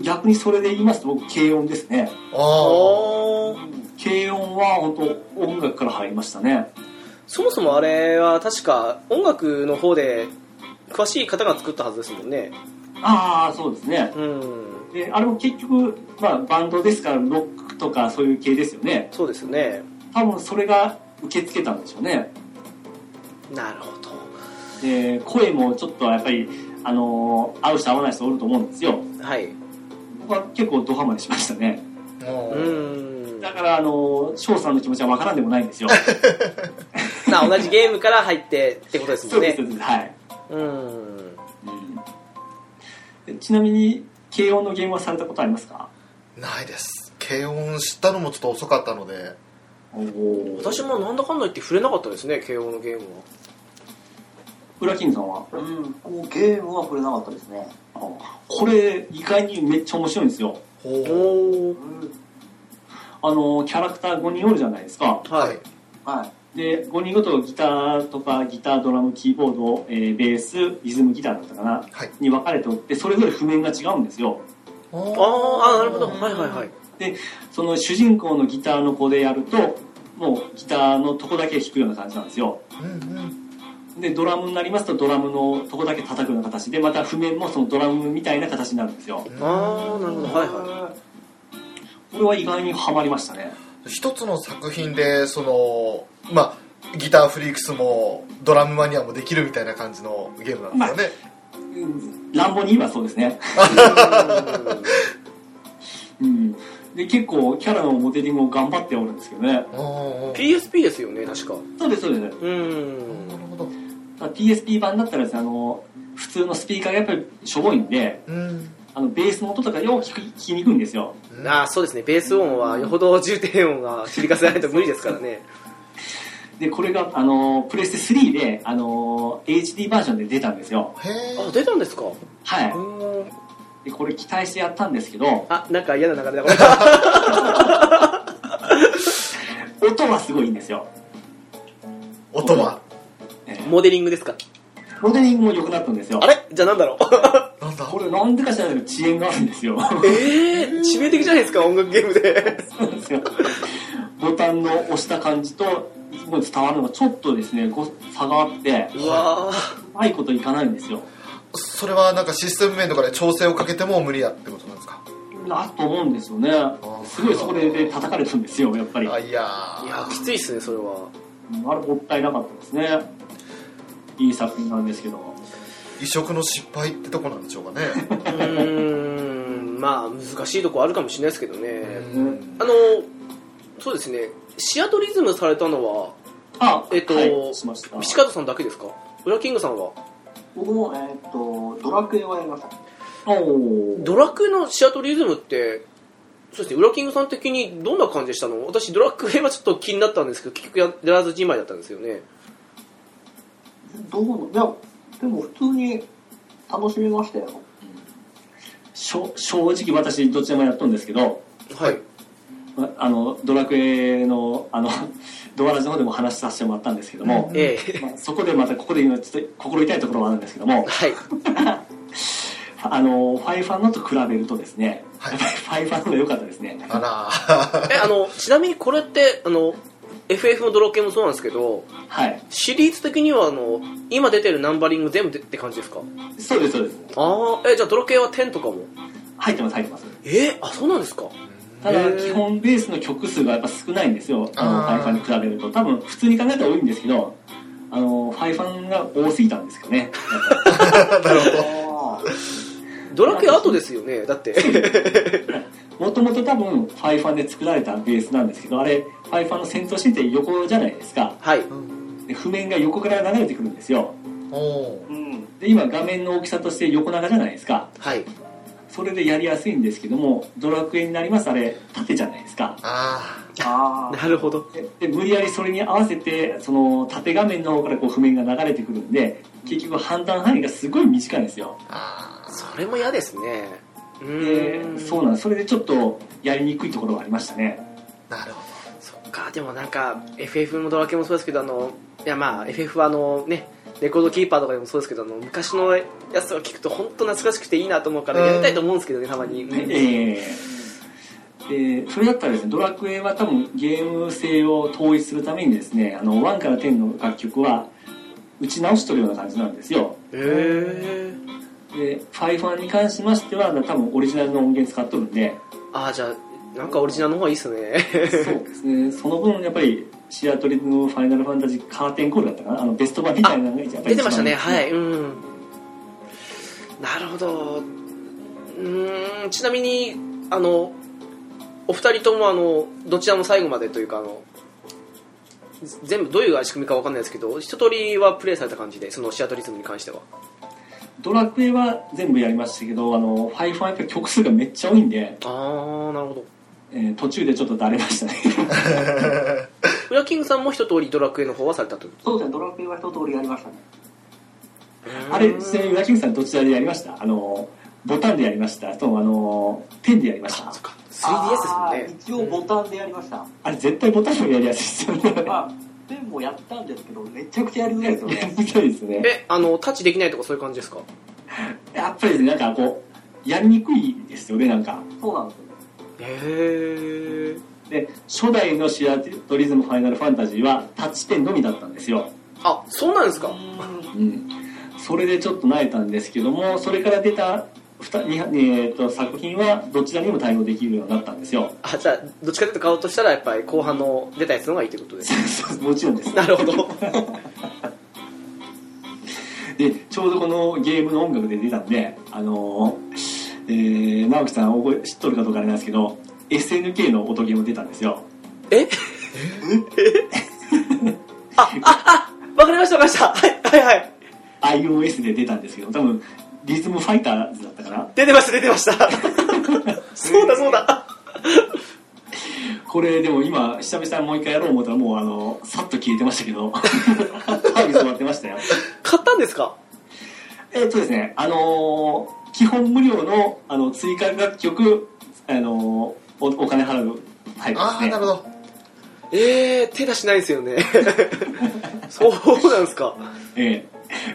逆にそれで言いますと僕軽音ですね
ら
あ
おー
軽音は本当音楽から入りましたね
そもそもあれは確か音楽の方で詳しい方が作ったはずですもんね。
ああそうですね
うん。
であれも結局、まあ、バンドですからロックとかそういう系ですよね
そうですよね。
多分それが受け付けたんでしょうね
なるほど。
で声もちょっとやっぱりあのー合う人合わない人おると思うんですよ
はい。う
僕は結構ドハマりしましたね
あもう
ーん。
だからあのー翔さんの気持ちはわからんでもないんですよ
な同じゲームから入ってってことです
[laughs] そ
も
うんです
ね
そ。うですはい、
うん。
うんでちなみに軽音のゲームはされたことありますか
ないです軽音知ったのもちょっと遅かったので
私
私もなんだかんだ言って触れなかったですね、慶応のゲームは。
裏金さんは
うん、こうゲームは触れなかったですね。
あこれ意外にめっちゃ面白いんですよ
ほ
おー
あのキャラクター5人おるじゃないですか
うは
はいい
はい。
で5人ごとギターとかギタードラムキーボード、えーベースリズムギターだったかな
はい
に分かれておってそれぞれ譜面が違うんですよ
あ
あーあーなるほど
ー
はいはいはい
その主人公のギターの子でやるともうギターのとこだけ弾くような感じなんですよ
うんうん
でドラムになりますとドラムのとこだけ叩くような形でまた譜面もそのドラムみたいな形になるんですよ
ああなるほどはいはい
これは意外にハマりましたね
一つの作品でそのまあギターフリークスもドラムマニアもできるみたいな感じのゲームなんですよね、
乱暴に言えばそうですねうんで結構キャラのモデリングを頑張っておるんですけどね
うんうん
PSP ですよね確か
そうですそうです
うー
なんるほど、
まあ PSP 版だったらですねあの普通のスピーカーがやっぱりしょぼいんで
うん、
あのベースの音とかよく聞く聞きにくいんですよ
ああそうですねベース音はよほど重低音が響かせないと無理ですからね
でこれがあのプレステ3であの HD バージョンで出たんですよ
[laughs]
へ
あ
え
出たんですか
は
う
い
ーん
でこれ期待してやったんですけど
あなんか嫌な流れだこれ
音はすごいんですよ
音は
え
モデリングですか
ーモデリングも良くなったんですよ
あれじゃあなんだろう
なんだ
これなんでか知らないけど遅延があるんですよ [laughs]
ええー、致命的じゃないですか音楽ゲームで
そうなんですよボタンの押した感じともう伝わるのがちょっとですねこう差があって
うわー
うまいこといかないんですよ
それはなんかシステム面とかで調整をかけても無理やってことなんですか
だと思うんですよね
ー
すごいそこでで叩かれたんですよやっぱり
あいやー
いやきついっすねそれ [laughs] は
うんあれもったいなかったですねいい作品なんですけど
移植の失敗ってとこなんでしょうかね
[laughs] うーんまあ難しいとこあるかもしれないですけど
う
ね
ん
あのそうですねシアトリズムされたのは
あ
えっと
はい、しました
ピチカートさんだけですか裏キングさんは
僕も、えーっと、ドラクエをやりました。
おー
ドラクエのシアトリズムってそうですね裏キングさん的にどんな感じでしたの私ドラクエはちょっと気になったんですけど結局やらずじまいだったんですよね
どうも、いや、でも普通に楽しみま [laughs] したよ。
しょ正直私どちらもやったんですけど
はい
まあのドラクエのあのドアラジの方でも話させてもらったんですけども、
ええ
まあ、そこでまたここで今ちょっと心痛いところはあるんですけども
はい
あのファイファンのと比べるとですね、
はい
やっぱりファイファンの良かったですね
あら
えあのちなみにこれってあの FF もドラクエもそうなんですけど
はい
シリーズ的にはあの今出てるナンバリング全部でって感じですか
そうですそうです
ああえじゃあドラクエは10とかも
入ってます入ってます
えー、あそうなんですか
ただ
へー
基本ベースの曲数がやっぱ少ないんですよあのフ
あー
ァイファンに比べると多分普通に考えたら多いんですけどあのファイファンが多すぎたんですけどね
ー [laughs] なるほど
あ
ドラクエ後ですよねだって [laughs]
もともと多分ファイファンで作られたベースなんですけどあれファイファンの先頭シーンって横じゃないですか
はい
で譜面が横から流れてくるんですよ
おー
あ。うん。
で今画面の大きさとして横長じゃないですか
はい
それでやりやすいんですけどもドラクエになりますあれ縦じゃないですか
あ
ああ。
なるほど
でで無理やりそれに合わせてその縦画面の方からこう譜面が流れてくるんで結局判断範囲がすごい短いんですよ
ーあー
それも嫌ですねうー
で
ん
そうなんそれでちょっとやりにくいところがありましたね
なるほ
そっかでもなんか FF もドラクエもそうですけどあのいやまあ FF はあのねレコードキーパーとかでもそうですけどあの昔のやつを聞くと本当懐かしくていいなと思うから
うん
やりたいと思うんですけどねたまに、
ええでそれだったらですねドラクエは多分ゲーム性を統一するためにですねあの1から10の楽曲は打ち直しとるような感じなんですよ
へえ
でファイファンに関しましては多分オリジナルの音源使っとるんで
ああじゃあなんかオリジナルの方がいいっすね
そうですね、その分、やっぱりシアトリのファイナルファンタジーカーテンコールだったかな、あのベスト版みたいなのがやっぱり
出てましたね
一番
はいうんなるほどうーんちなみにあのお二人ともあのどちらも最後までというかあのぜ全部どういう仕組みかわかんないですけど一通りはプレイされた感じでそのシアトリズムに関しては
ドラクエは全部やりましたけど、あのファイファンはやっぱり曲数がめっちゃ多いんで、
ああなるほど
えー途中でちょっとだれましたね。
フラキングさんも一通りドラクエの方はされたという
そうですね、ドラクエは一通りやりましたね。
あれ、ちなみに、ラキングさん、どちらでやりましたあのボタンでやりました。あと、あの、ペンでやりました。
か 3DS ですもんね
す一応ボタンでやりました。
あれ、絶対ボタンのやりやすいですよね。
まあ、ペンもやったんですけど、めちゃくちゃやりづらいですよ
やり
ね。
づらいですね。
えあのタッチできないとかそういう感じですか
やっぱりですね、なんかこう、やりにくいですよね、なんか。
そうなんですよ。
へえ
で、初代のシアトリズムファイナルファンタジーはタッチペンのみだったんですよ。
あそうなんですか
うん。それでちょっと萎えたんですけども、それから出たふたにえーと作品はどちらにも対応できるようになったんですよ。 [laughs]
あじゃあどっちかというと買おうとしたらやっぱり後半の出たやつの方がいいってことです
もちろんです。
なるほど
でちょうどこのゲームの音楽で出たんであのーえー直樹さん覚え知っとるかどうかあれなんですけど SNK の音ゲーム出たんですよ
えあああわかりましたわかりましたはいはいはい
iOS で出たんですけど多分リズムファイターズだったかな
出てました出てましたそうだそうだ
これでも今久々にもう一回やろう思ったらもうあのさっと消えてましたけど [laughs] カービィ止まってましたよ
買ったんですか
えっとですねあのー基本無料のあの追加楽曲あのーおお金払うタイプです
ああ
ね
なるほど
ええ手出しないですよねそうなんですか
え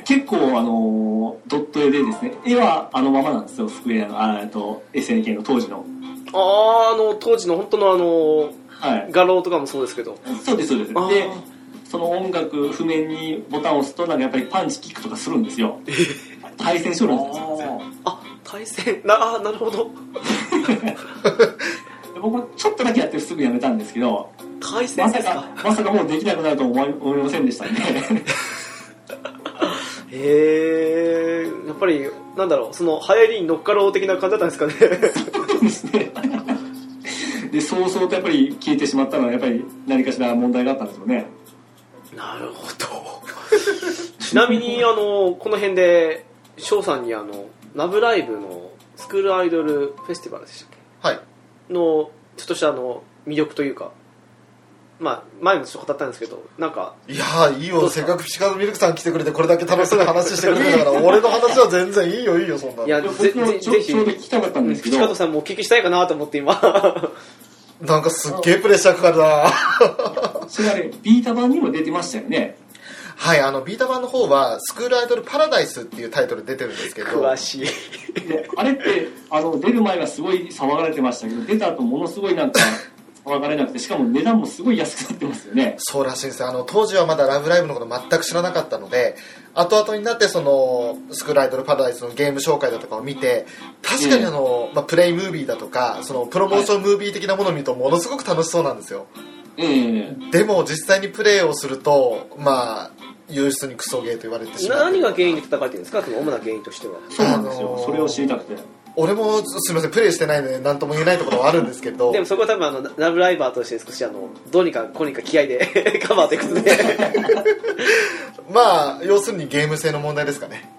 え結構あのドット絵でですね絵はあのままなんですよスクエアのあえっと SNK の当時の
あああの当時の本当のあの
はい
画廊とかもそうですけど
そうですそうです
あー
でその音楽譜面にボタンを押すとなんかやっぱりパンチキックとかするんですよ対戦しよるんですよ
あ対戦なあーなるほど
で僕もちょっとだけやってすぐやめたんですけど
対戦
ま
で
さ
すか
かまさかもうできなくなると思い思いませんでしたね
へえやっぱりなんだろうその流行りに乗っかろう的な感じだったんですかね
そうですね [laughs] で早々とやっぱり消えてしまったのはやっぱり何かしら問題があったんですよね
[laughs] なるほ [laughs] どちなみにあのこの辺で翔さんにあの「ラブライブ!」のスクールアイドルフェスティバルでしたっ
はい
けのちょっとしたあの魅力というかまあ前もちょっと語ったんですけどなんか
いやーいい
どう
よ
です
せっ
か
かくピチカードミルクさん来てくれてこれだけ楽しそうな話してくれて
[laughs]
んだから俺の話は全然いいよいいよそんない
や
僕
ぜ
も
ぜ
ちょ
ぜ
ち
ひ
ょうど聞きたかったんですけ
ピチ
ど
カートさんもお聞きしたいかなと思って今
なんかすっげえプレッシャーかかるな
それあれ、ビータ版にも出てましたよね。
[laughs] はいあのビータ版の方は「スクールアイドルパラダイス」っていうタイトル出てるんですけど
[laughs] 詳しい
であれって、あの、出る前はすごい騒がれてましたけど、出た後ものすごいなんか、騒がれなくて、しかも値段もすごい安くなってますよね。
そうらしいんですよあの当時はまだ「ラブライブ!」のこと全く知らなかったので後々になってそのスクールアイドルパラダイスのゲーム紹介だとかを見て確かにあの、まあ、プレイムービーだとかそのプロモーションムービー的なものを見るとものすごく楽しそうなんですよ
ええ
でも実際にプレイをするとまあ優質にクソゲーと言われてしまう
何が原因で叩かれてるんですかその主な原因としては
そうなんですよ。
あのー
それを知りたくて。
俺もすみませんプレイしてないので何とも言えないところはあるんですけど
でもそこは多分あのラブライバーとして少しあのどうにかこうにか気合で [laughs] カバーということで
まあ要するにゲーム性の問題ですかね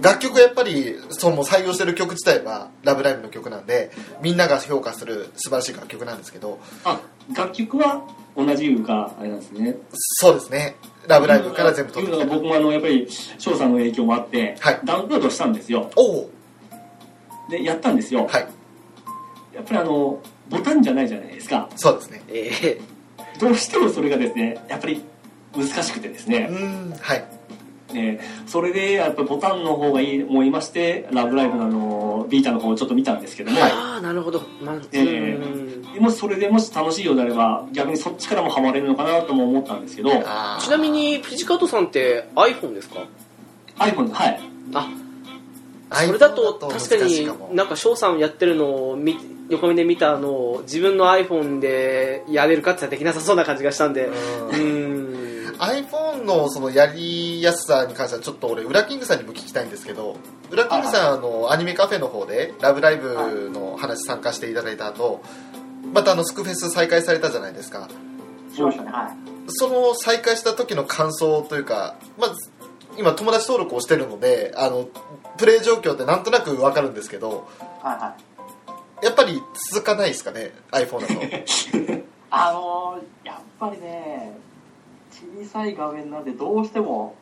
楽曲はやっぱりその採用してる曲自体は「ラブライブ!」の曲なんでみんなが評価する素晴らしい楽曲なんですけど
あ、楽曲は同じいうか、あれなんですね。
そうですね「ラブライブ!」から全部取って
いう
き
のが
た
僕もあの、やっぱり、翔さんの影響もあって、
はい
ダウンロードしたんですよ。
おお
で、やったんですよ。
はい
やっぱりあの、ボタンじゃないじゃないですか。
そうですね
ええ
どうしてもそれがですね、やっぱり難しくてですね。
うーんはい
えーそれでやっぱボタンの方がいい思いまして「ラブライブ!」のあのビータの方をちょっと見たんですけども、
はい
ああなるほど、まあ、う
ええ
ん
でもしそれでもし楽しいようであれば逆にそっちからもハマれるのかなとも思ったんですけど
あー
ちなみにピチカートさんって iPhone ですか
iPhone はい
あ
iPhone
それだと確か
難しい
に
も
なんか翔さんやってるのを見横目で見たのを自分の iPhone でやれるかって言ったらできなさそうな感じがしたんで
う
う
ーん
ーん
iPhone のそのやりやすさに関してはちょっと俺ウラキングさんにも聞きたいんですけどウラキングさんあのアニメカフェの方で「ラブライブ!」の話参加していただいた後またあのスクフェス再開されたじゃないですか
しましたね。はい。
その再開した時の感想というか、まあ、今友達登録をしてるのであのプレイ状況ってなんとなく分かるんですけど
はいはい。
やっぱり続かないですかね iPhone だと
あのー、やっぱりね、小さい画面なんでどうしても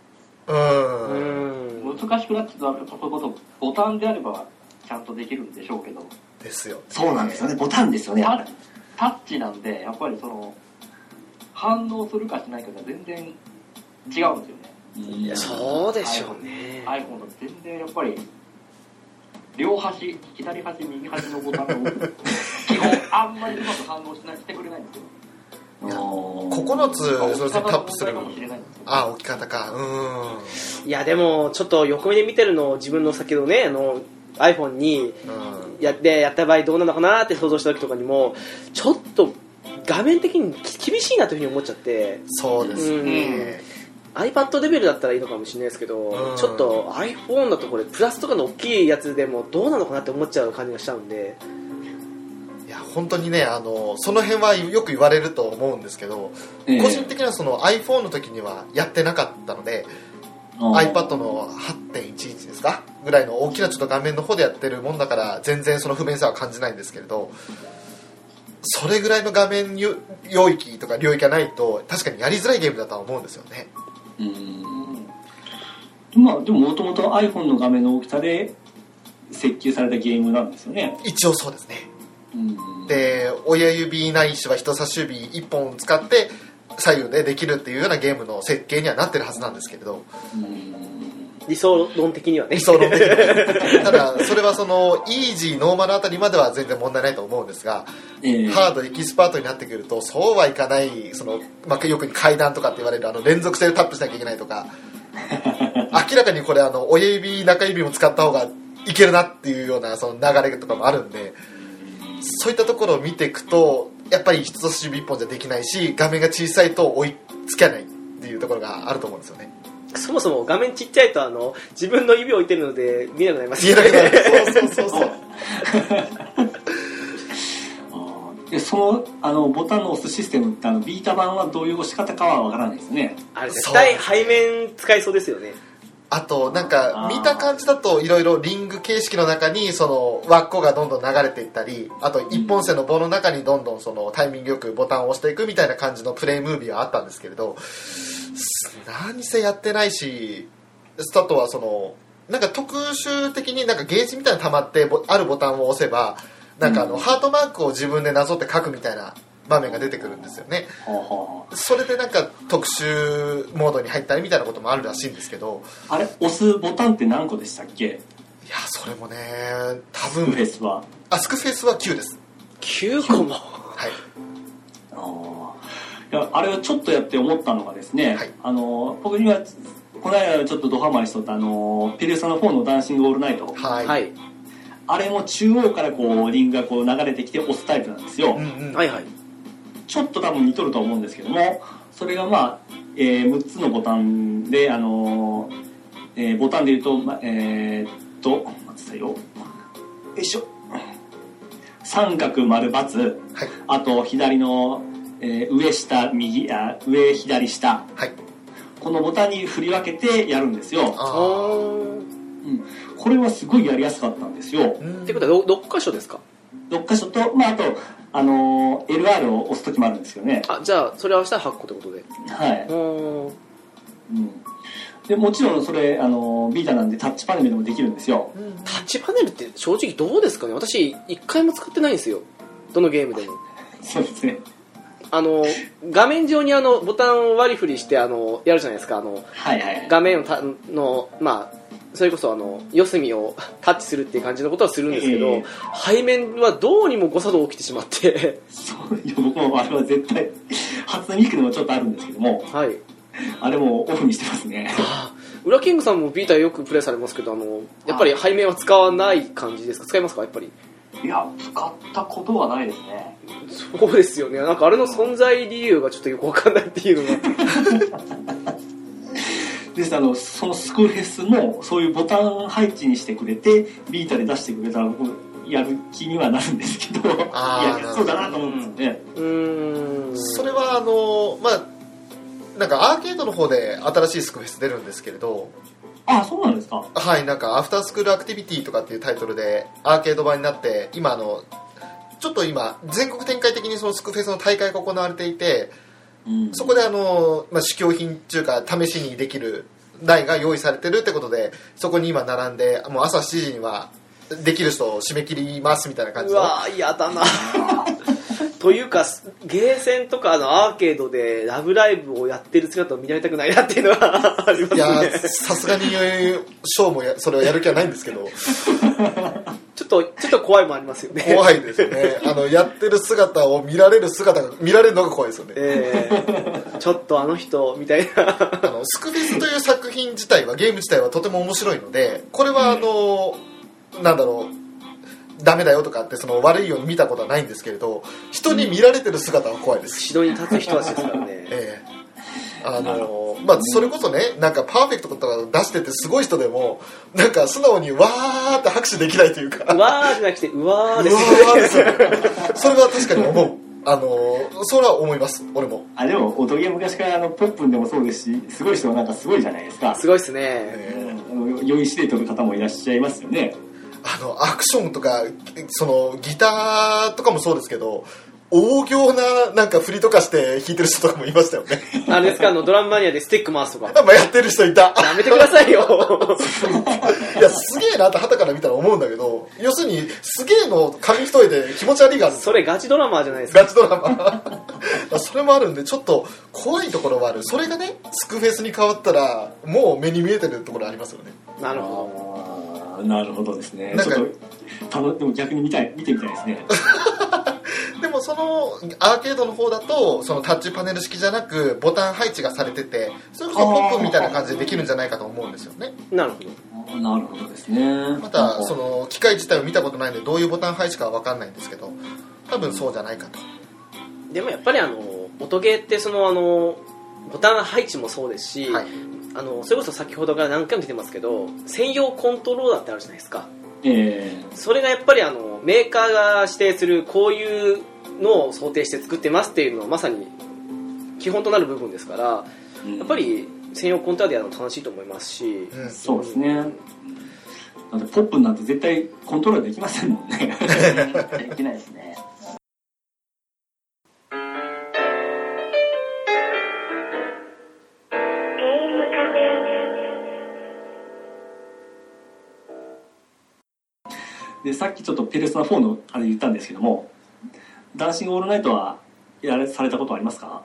う
う
ーん
ーん
難しくなってたことこと、ボタンであればちゃんとできるんでしょうけど、
ですよ。
そうなんですよね。ボタンですよね。やっぱ
タ
り
タッチなんで、やっぱりその、反応するかしないかが全然違うんですよね。
いやそうでしょうね
iPhone だと全然やっぱり、両端、左端、右端のボタンが多くて基本あんまりうまく反応しないしてくれないんですよ。
うん
9つ、そうですね、タップする
かもしれないんですよ。
ああ、置き方か。うーん。
いやでもちょっと横目で見てるのを自分の先ほどねあの iPhone に
うん
やってやった場合どうなのかなって想像した時とかにもちょっと画面的に厳しいなというふうに思っちゃって
そうですね。
iPad レベルだったらいいのかもしれないですけど、
うん
ちょっと iPhone だとこれプラスとかの大きいやつでもどうなのかなって思っちゃう感じがしちゃうんで
いや、本当にね、あの、その辺はよく言われると思うんですけど、
ええ
個人的にはその iPhone の時にはやってなかったので、
あー
iPad の8.11ですかぐらいの大きなちょっと画面の方でやってるもんだから全然その不便さは感じないんですけれどそれぐらいの画面領域とか領域がないと確かにやりづらいゲームだとは思うんですよね
うんまあでももともと iPhone の画面の大きさで設計されたゲームなんですよね。
一応そうですね
うん、
で親指ないしは人差し指1本使って左右でできるっていうようなゲームの設計にはなってるはずなんですけれど
うん
理想論的にはね
理想論的にただそれはそのイージーノーマルあたりまでは全然問題ないと思うんですが
ええ
ハードエキスパートになってくるとそうはいかないその、まあ、よく階段とかって言われるあの連続性でタップしなきゃいけないとか明らかにこれあの親指中指も使った方がいけるなっていうようなその流れとかもあるんでそういったところを見ていくとやっぱり人差し指一本じゃできないし画面が小さいと追いつけないっていうところがあると思うんですよね
そもそも画面ちっちゃいとあの自分の指を置いてるので見えなくなります
見えなくなるそうそうそうそう
あーでそのあのボタンの押すシステムってあのビータ版はどういう押し方かはわからないですね。
[laughs] あれ絶対
そう
背面使いそうですよね
あとなんか見た感じだといろいろリング形式の中にその輪っこがどんどん流れていったりあと一本線の棒の中にどんどんそのタイミングよくボタンを押していくみたいな感じのプレイムービーはあったんですけれど何せやってないしあとはそのなんか特殊的になんかゲージみたいなの溜まってボあるボタンを押せばなんかあのハートマークを自分でなぞって書くみたいな場面が出てくるんですよね
ほうほうほう
それでなんか特殊モードに入ったりみたいなこともあるらしいんですけど
あれ押すボタンって何個でしたっけ
いやそれもね多
フェ
分
スは。
アスクフェイスは9です
9個も
はい
あーいやあれをちょっとやって思ったのがですね、
はい
あの僕にはこの間ちょっとドハマりしとったあのペルソナ4の「ダンシング・オールナイト」
はい、
はい
あれも中央からこうリングがこう流れてきて押すタイプなんですよ、
うんうん、
はいはい
ちょっと多分似とると思うんですけどもそれがまあ、えー6つのボタンであのーえーボタンで言うと、ま、えーっと待ってたよよいしょ三角丸×
はい
あと左の、えー上下右あ上左下
はい
このボタンに振り分けてやるんですよ、
あ
あ
ー
これはすごいやりやすかったんですよ
ーうん
ってことは6箇所ですか
6箇所と、まあ、あと、あのー LR を押す時もあるんですよね
あじゃあそれ合わせたら8個ってことで
はい、
おー
うん、でもちろんそれ、あのービータなんでタッチパネルでもできるんですよ
うんうん
タッチパネルって正直どうですかね私1回も使ってないんですよどのゲームでも
そうですね
あの画面上にあのボタンを割り振りしてあのやるじゃないですかあの
はいはい
画面をたの、まあ、それこそあの四隅を [laughs] タッチするっていう感じのことはするんですけど、
え
背面はどうにも誤作動起きてしまって [laughs]
そういや僕もあれは絶対初音ミクでもちょっとあるんですけども
はい
あれもオフにしてますね
あウラキングさんもビータよくプレイされますけどあのやっぱり背面は使わない感じですか使いますかやっぱり
いや、使ったことはないですね。
そうですよねなんかあれの存在理由がちょっとよくわかんないっていうの
[laughs]
が
ですあのそのスクールフェスもそういうボタン配置にしてくれてビータで出してくれたら僕やる気にはなるんですけどい
あー
やそうだなと思うんですよね
うーん
それはあのまあなんかアーケードの方で新しいスクフェス出るんですけれど
あそうなんですか
はいなんか「アフタースクールアクティビティ」とかっていうタイトルでアーケード版になって今あのちょっと今全国展開的にそのスクフェスの大会が行われていて
うん
そこであの、まあ、試供品っていうか試しにできる台が用意されてるってことでそこに今並んでもう朝7時にはできる人を締め切りますみたいな感じ
う
の
わー嫌だな
[laughs]
というかゲーセンとかのアーケードで「ラブライブ!」をやってる姿を見られたくないなっていうのはありま
いや
す
ー
ね
さすがにショーもやそれはやる気はないんですけど
ちょっとちょっと怖いもありますよね
怖いですよねあのやってる姿を見られる姿が見られるのが怖いですよね
えー、ちょっとあの人みたいな
あのスクフェスという作品自体はゲーム自体はとても面白いのでこれはあの、なんだろうダメだよとかってその悪いように見たことはないんですけれど人に見られてる姿は怖いですし、
後ろに立つ人たちですからね
ええあのまあ、それこそねなんかパーフェクトとか出しててすごい人でもなんか素直にわーって拍手できないというか
うわーじゃなくてうわーです
うわーですよねそれは確かに思うあのそれは思います俺も
あでも音ゲー昔からあのポップンでもそうですしすごい人はなんかすごいじゃないですか
すごいっすね
ええ
うんあの酔いしれとる方もいらっしゃいますよね
あのアクションとかそのギターとかもそうですけど大行ななんか振りとかして弾いてる人とかもいましたよね [laughs]
あれですかあのドラムマニアでスティック回すとか
やっぱやってる人いた
やめてくださいよ
いやすげえなって旗から見たら思うんだけど要するにすげえの紙一重で気持ち悪いがあるんです
そ
よ
れガチドラマーじゃないですか
ガチドラ [laughs] マそれもあるんでちょっと怖いところはあるそれがねスクフェスに変わったらもう目に見えてるところありますよね
なるほ
あーなるほどですね
なん
ち
か
ょっとたのでも逆に見たい見てみたいですね
でもそのアーケードの方だとそのタッチパネル式じゃなくボタン配置がされててそれこそポップみたいな感じでできるんじゃないかと思うんですよね
どなるほど
なるほどですね
またその機械自体を見たことないんでどういうボタン配置かは分かんないんですけど多分そうじゃないかと
でもやっぱりあの音ゲーってそのあのボタン配置もそうですし、
はい
あのそれこそ先ほどから何回も出てますけど専用コントローラーってあるじゃないですか
ええ
それがやっぱりあのメーカーが指定するこういうのを想定して作ってますっていうのはまさに基本となる部分ですからやっぱり専用コントローラーでやるの楽しいと思いますし、
うん
そうですね。だってポップなんて絶対コントロールできませんもん
[laughs]
ね。
できないですね。
で、さっきちょっとペルソナ4のあれ言ったんですけども、ダンシングオールナイトはやられされたことありますか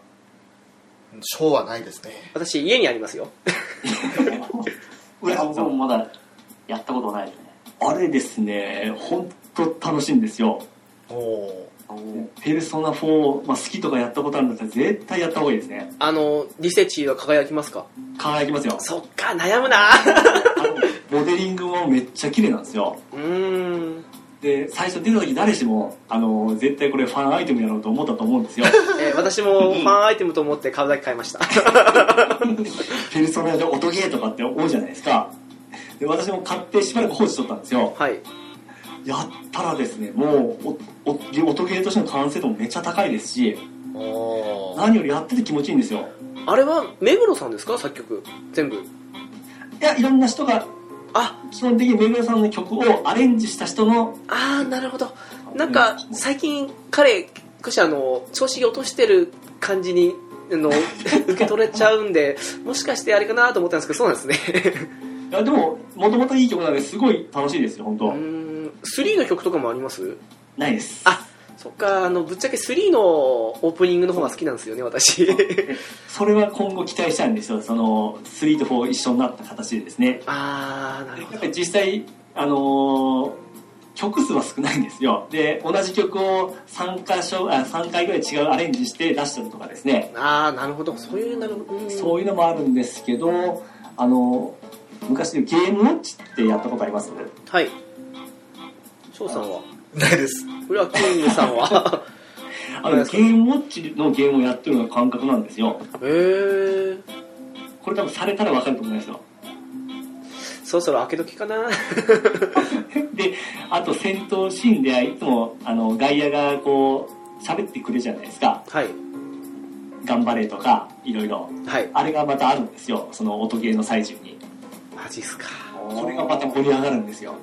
ショーはないですね
私家にありますよ
いや、僕もまだやったことないですね。
あれですね、本当楽しいんですよ。
おお
ペルソナ4、まあ、好きとかやったことあるんだったら絶対やった方がいいですね。
あのリセチは輝きますか
輝きますよ。
そっか悩むな
あのモデリングもめっちゃ綺麗なんですよ。
[laughs] うーん
で、最初出た時誰しも、あの、絶対これファンアイテムやろうと思ったと思うんですよ。
えー私もファンアイテムと思って買うだけ買いました
ペルソナで音ゲーとかって多いじゃないですか。で、私も買ってしばらく放置しとったんですよ。
はい
やったらですね、もう、おお音ゲーとしての完成度もめっちゃ高いですし、
おー
何よりやってて気持ちいいんですよ。
あれは目黒さんですか作曲全部
いや、いろんな人が、
あ
基本的にめぐらさんの曲をアレンジした人の、
あーなるほどなんか最近彼少しあの調子落としてる感じにあ [laughs] の受け取れちゃうんでもしかしてあれかなと思ったんですけどそうなんですね
いやでも、もともといい曲なんですごい楽しいですよ、
[laughs]
本
う
当、
ーん3の曲とかもあります
ないです。
あそっかあのぶっちゃけ3のオープニングの方が好きなんですよね私
それは今後期待したいんですよ、その、3と4一緒になった形でですね。
[laughs] ああなるほ
やっ
ど
ぱり実際、あのー曲数は少ないんですよで同じ曲を3箇所あ3回ぐらい違うアレンジして出したりとかですね
ああなるほどそういうなるほど
そういうのもあるんですけど、あのー昔でゲームウォッチってやったことあります
はい翔さんは
ないです
これはキングさん [laughs] は
あのゲームウォッチのゲームをやってるのが感覚なんですよ
へえ
これ多分されたらわかると思いますよ
そろそろ開け時かな
であと戦闘シーンではいつもあの外野がこう喋ってくれるじゃないですか
はい
頑張れとかいろいろ
はい
あれがまたあるんですよその音ゲーの最中に
マジっすか
これがまた盛り上がるんですよ。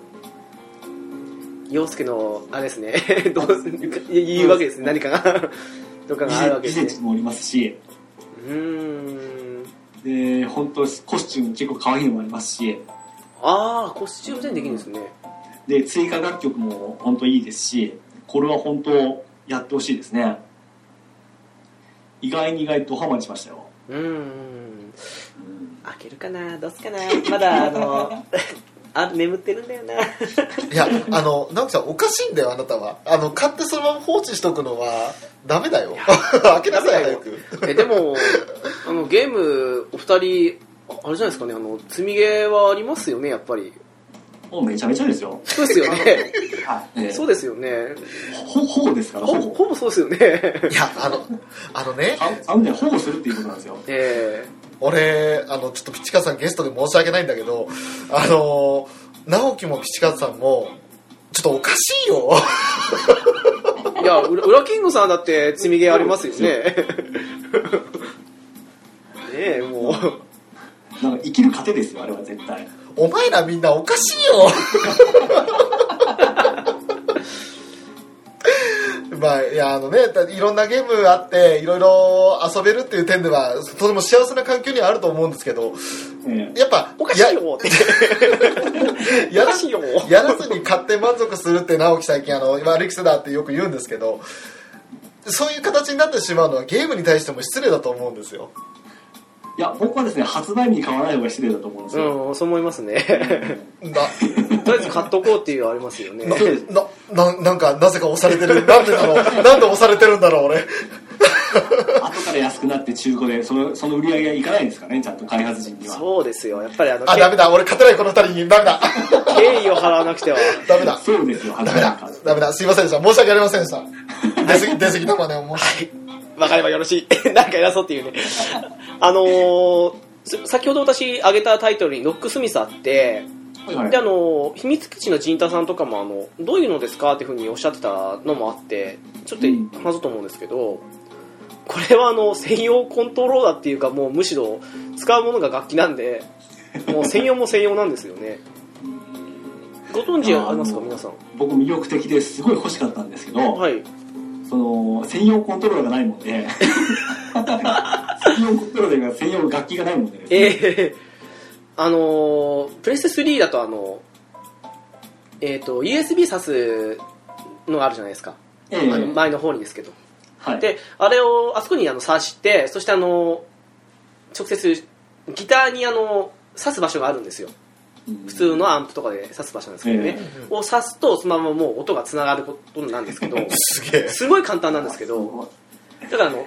陽介のあれです [laughs] ねどう言うわけですね何かが [laughs] どっかがあるわけ
技
です
術
ね
もおりますし、
うーん
で、本当コスチューム結構可愛いのもありますし、
ああコスチューム全然できるんですね
で、追加楽曲も本当いいですし、これは本当やってほしいですね。意外に意外とハマりしましたよ。
うん
うん
開けるかなどうすかなまだあの [laughs] あ眠ってるんだよな
いやあの直樹さんおかしいんだよあなたはあの買ってそのまま放置しとくのはダメだよ [laughs] 開けなさい早く
[laughs] えでもあのゲームお二人ああれじゃないですかねあの積みゲーはありますよねやっぱり
もうめちゃめちゃですよ。
そうですよ [laughs] ね
は
え
い。
え
そうですよね
ほ保護ですから、
ほ
保
ぼ
護。
ほぼそうですよ [laughs] ね
いやあのあのね
ああのね、保護するっていうことなんですよ。
え
俺あのちょっとピチカさんゲストで申し訳ないんだけどあの直樹もピチカさんもちょっとおかしいよ [laughs]
えいやウラウラキングさんだって積みゲーありますよ [laughs] ねねえもう
なんか生きる糧ですよ、あれは絶対。
お前らみんなおかしいよ [laughs] まあ、いやあのねだいろんなゲームあっていろいろ遊べるっていう点ではとても幸せな環境にはあると思うんですけど
ええ
やっぱ
おかしいよって
や
お
ら
か
し
しいよ
やらずに買って満足するって直樹最近あの悪い癖だってよく言うんですけどそういう形になってしまうのはゲームに対しても失礼だと思うんですよ
いや、僕はですね、発売日に買わない方が失礼だと思うんですよ。
うんそう思いますね
な
とりあえず買っとこうっていうありますよね
ななななんかなぜか押されてるなんでだろうなんで押されてるんだろう俺
後から安くなって中古で、そのその売り上げがいかないんですかね、ちゃんと開発陣には。
そうですよやっぱりあの
あ
け
ダメだ俺勝てないこの二人にダメだ
敬意を払わなくては
ダメだ
そうですよ、発
ダメ
売日
だ
から。
ダメだすいませんでした申し訳ありませんでした出過
[laughs]
ぎ出過ぎたまねもう
わかればよろしい [laughs] なんか偉そうっていうねあのーす先ほど私挙げたタイトルに「ノックスミス」あって
はいはい
であのー秘密基地の陣太さんとかもあのどういうのですかっていうふうにおっしゃってたのもあってちょっと
うん
話そうと思うんですけど、これはあの専用コントローラーっていうかもうむしろ使うものが楽器なん
[laughs]
でもう専用も専用なんですよねご存知ありますか
あー
皆さん
僕魅力的ですごい欲しかったんですけど、
はい
その専用コントローラーがないも
[laughs]
んで専用コントローラーが専用楽器がないもんでですね、
ええあのープレステ3だとあのえっ、と USB 挿すのがあるじゃないですか、
え
あの
え
前の方にですけど
はい、
であれをあそこにあの挿してそしてあの直接ギターにあの挿す場所があるんですよ
普
普通のアンプとかで挿す場所なんですけどね、を挿すとそのままもう音がつながることなんですけど
すげえ
すごい簡単なんですけどただあのなん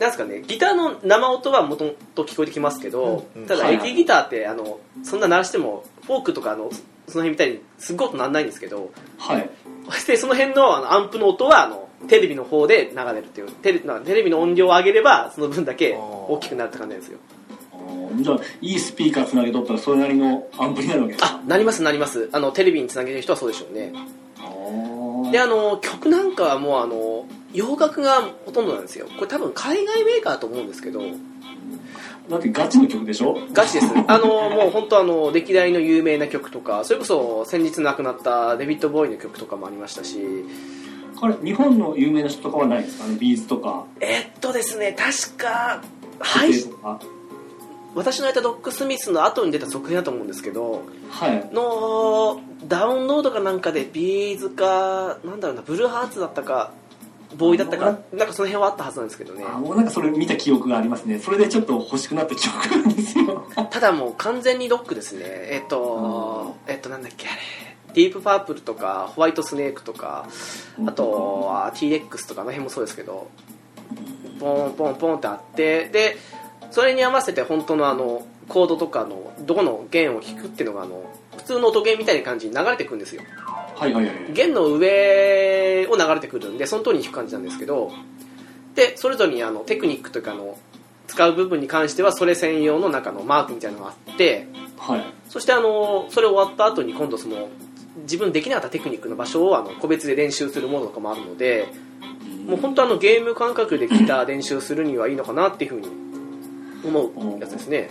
ですかねギターの生音はもともと聞こえてきますけど、
うんうん
ただ
はい
AT ギターってあのそんな鳴らしてもフォークとかあのそその辺みたいにすっごい音鳴らないんですけど
はい
そしてその辺のあのアンプの音はあのテレビの方で流れるっていうテレなんかテレビの音量を上げればその分だけ大きくなるって感じなんですよ
あのじゃあいいスピーカーつなげとったらそれなりのアンプになるわけです
あなりますなりますあのテレビにつなげてる人はそうでしょうねで
で
あの曲なんかはもうあの洋楽がほとんどなんですよこれ多分海外メーカーだと思うんですけど
だってガチの曲でしょ
ガチです。あの、もう本当あの、歴代の有名な曲とか、それこそ先日亡くなったデビッド・ボーイの曲とかもありましたし、
これ日本の有名な人とかはないですかあのビーズとか
えっとですね、確か、は
時
い、
計とか
私のやったドック・スミスの後に出た続編だと思うんですけど、
はい
のダウンロードかなんかで、ビーズか、なんだろうな、ブルーハーツだったか、ボーイだったか、なんかその辺はあったはずなんですけどね。
あもうなんかそれ見た記憶がありますねそれでちょっと欲しくなった記憶なんですよ
ただもう完全にロックですね。えっと、えっとなんだっけ、あれ。ディープパープルとか、ホワイトスネークとか、あとは T-Rex とかあの辺もそうですけど、ポンポンポンってあって、で、それに合わせて本当のあの、コードとかの、どこの弦を弾くっていうのがあの、普通の音源みたいな感じに流れてくんですよ。
はいはいはい
弦の上を流れてくるんで、その通りに弾く感じなんですけど、で、それぞれにあの、テクニックというかあの、使う部分に関してはそれ専用の中のマークみたいなのがあって、
はい
そしてあのそれ終わった後に今度その自分できなかったテクニックの場所をあの個別で練習するものとかもあるのでもう本当あのゲーム感覚でギター練習するにはいいのかなっていうふうに思うやつですね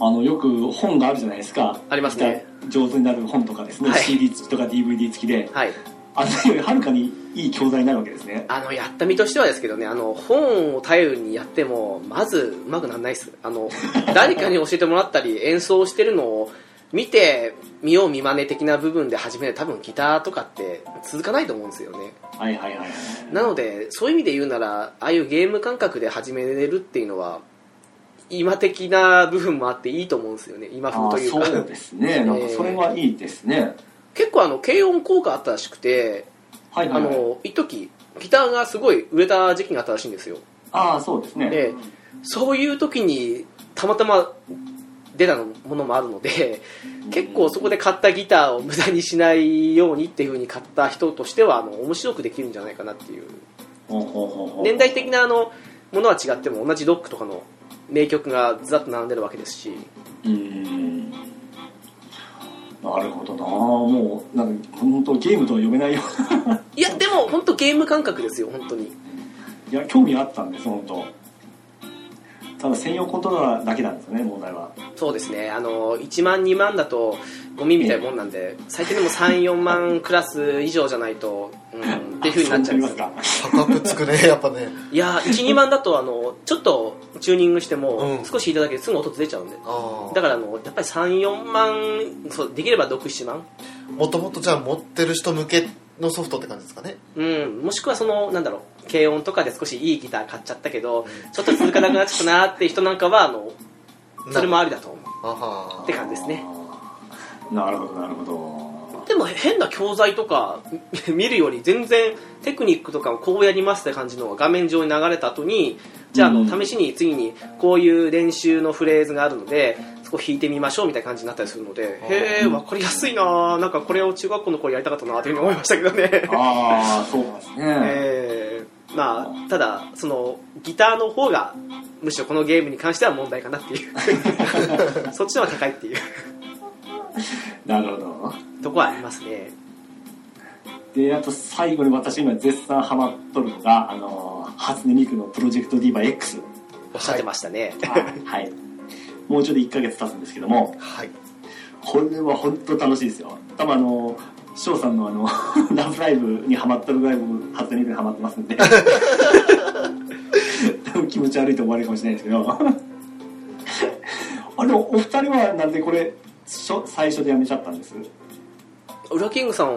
あのよく本があるじゃないですか
ありますね
上手になる本とかですね、
はい
CD 付きとか DVD 付きで
はい
あれよりはるかにいい教材になるわけですね
あのやった身としてはですけどねあの本を頼りにやって [laughs] もまずうまくならないですあの誰かに教えてもらったり演奏してるのを見て見よう見まね的な部分で始める多分ギターとかって続かないと思うんですよね
はいはいはいはい
なのでそういう意味で言うならああいうゲーム感覚で始めれるっていうのは今的な部分もあっていいと思うんですよね今
あ
風と
ー
いう
そ
か
うです
[laughs]
ねなんかそれはいいですね、
結構あの軽音効果あったらしくて
はいは
あ
いはい
の一時ギターがすごい売れた時期があったらしいんですよ
ああそうですね、
でそういう時にたまたま出たものもあるので結構そこで買ったギターを無駄にしないようにっていう風に買った人としてはあの面白くできるんじゃないかなっていう
ほうほうほうほう
年代的なあのものは違っても同じロックとかの名曲がずらっと並んでるわけですし
うーんなるほどなもうなんか本当ゲームとは読めないよ
いやでも本当ゲーム感覚ですよ本当に
[laughs] いや興味あったんです本当ただ専用コントローラーだけなんですよね問題は
そうですねあの1万2万だとゴミみたいなもんなんで最低でも34万クラス以上じゃないと、うん、っていう風になっちゃいます
あ
高くつくねやっぱね
いや12万だとあのちょっとチューニングしても
うん
少しいただけですぐ音ずれちゃうんで
あ
だからあのやっぱり34万そうできれば67万
あもともとじゃあ持ってる人向けのソフトって感じですかね
うんもしくはそのなんだろう軽音とかで少しいいギター買っちゃったけどちょっと続かなくなっちゃったなーって人なんかはあのそれもありだと思う
あは
って感じですね
ーなるほどなるほど
でも変な教材とか [laughs] 見るより全然テクニックとかをこうやりますって感じのが画面上に流れた後にじゃああ
う
の
ん
試しに次にこういう練習のフレーズがあるのでそこ弾いてみましょうみたいな感じになったりするので
あー
へえ分かりやすいなーなんかこれを中学校の頃やりたかったなというふうに思いましたけどね
ああそうですね、
[laughs] えー [laughs] まあただそのギターの方がむしろこのゲームに関しては問題かなっていうそっちの方が高いっていう
なるほど
とこはありますね
であと最後に私今絶賛ハマっとるのがあの初音ミクのプロジェクトディーバ
[laughs]
X
おっしゃってましたね、
はいもうちょっと1ヶ月経つんですけども
はい
これは本当楽しいですよ多分あの翔さんのあ [laughs] の「ラブライブ!」にハマったるぐらい僕初音ミクにハマってますんで [laughs] 多分気持ち悪いと思われるかもしれないですけど [laughs] あでもお二人はなんでこれ初最初でやめちゃったんです
ウラキングさん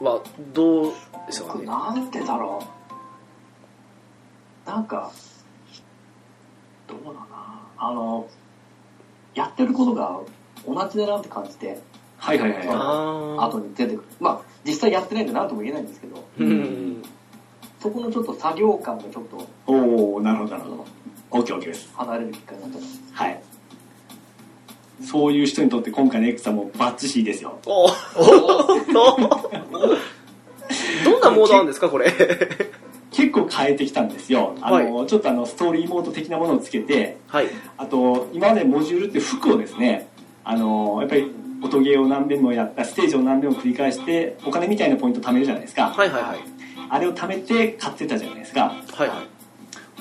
はどうでしたかね
なんてだろう。なんか、どうだな。あの、やってることが同じだなって感じて、
はいはいはいは
あ
後に出てくる。まあ、実際やってないんで何とも言えないんですけど、
ーうん
そこのちょっと作業感がちょっと
いおおなるほどなるほど OKOK です
離れるきっかけになったな
はいそういう人にとって今回の X はもうバッチシですよ
おおどんなモードなんですかこれ
結構変えてきたんですよあの、ちょっとあのストーリーモード的なものをつけて
はい
あと今までモジュールって服をですねあのやっぱり音ゲーを何遍もやったステージを何遍も繰り返してお金みたいなポイント貯めるじゃないですか、
はいはいはい
あれを貯めて買ってたじゃないですか
はいはい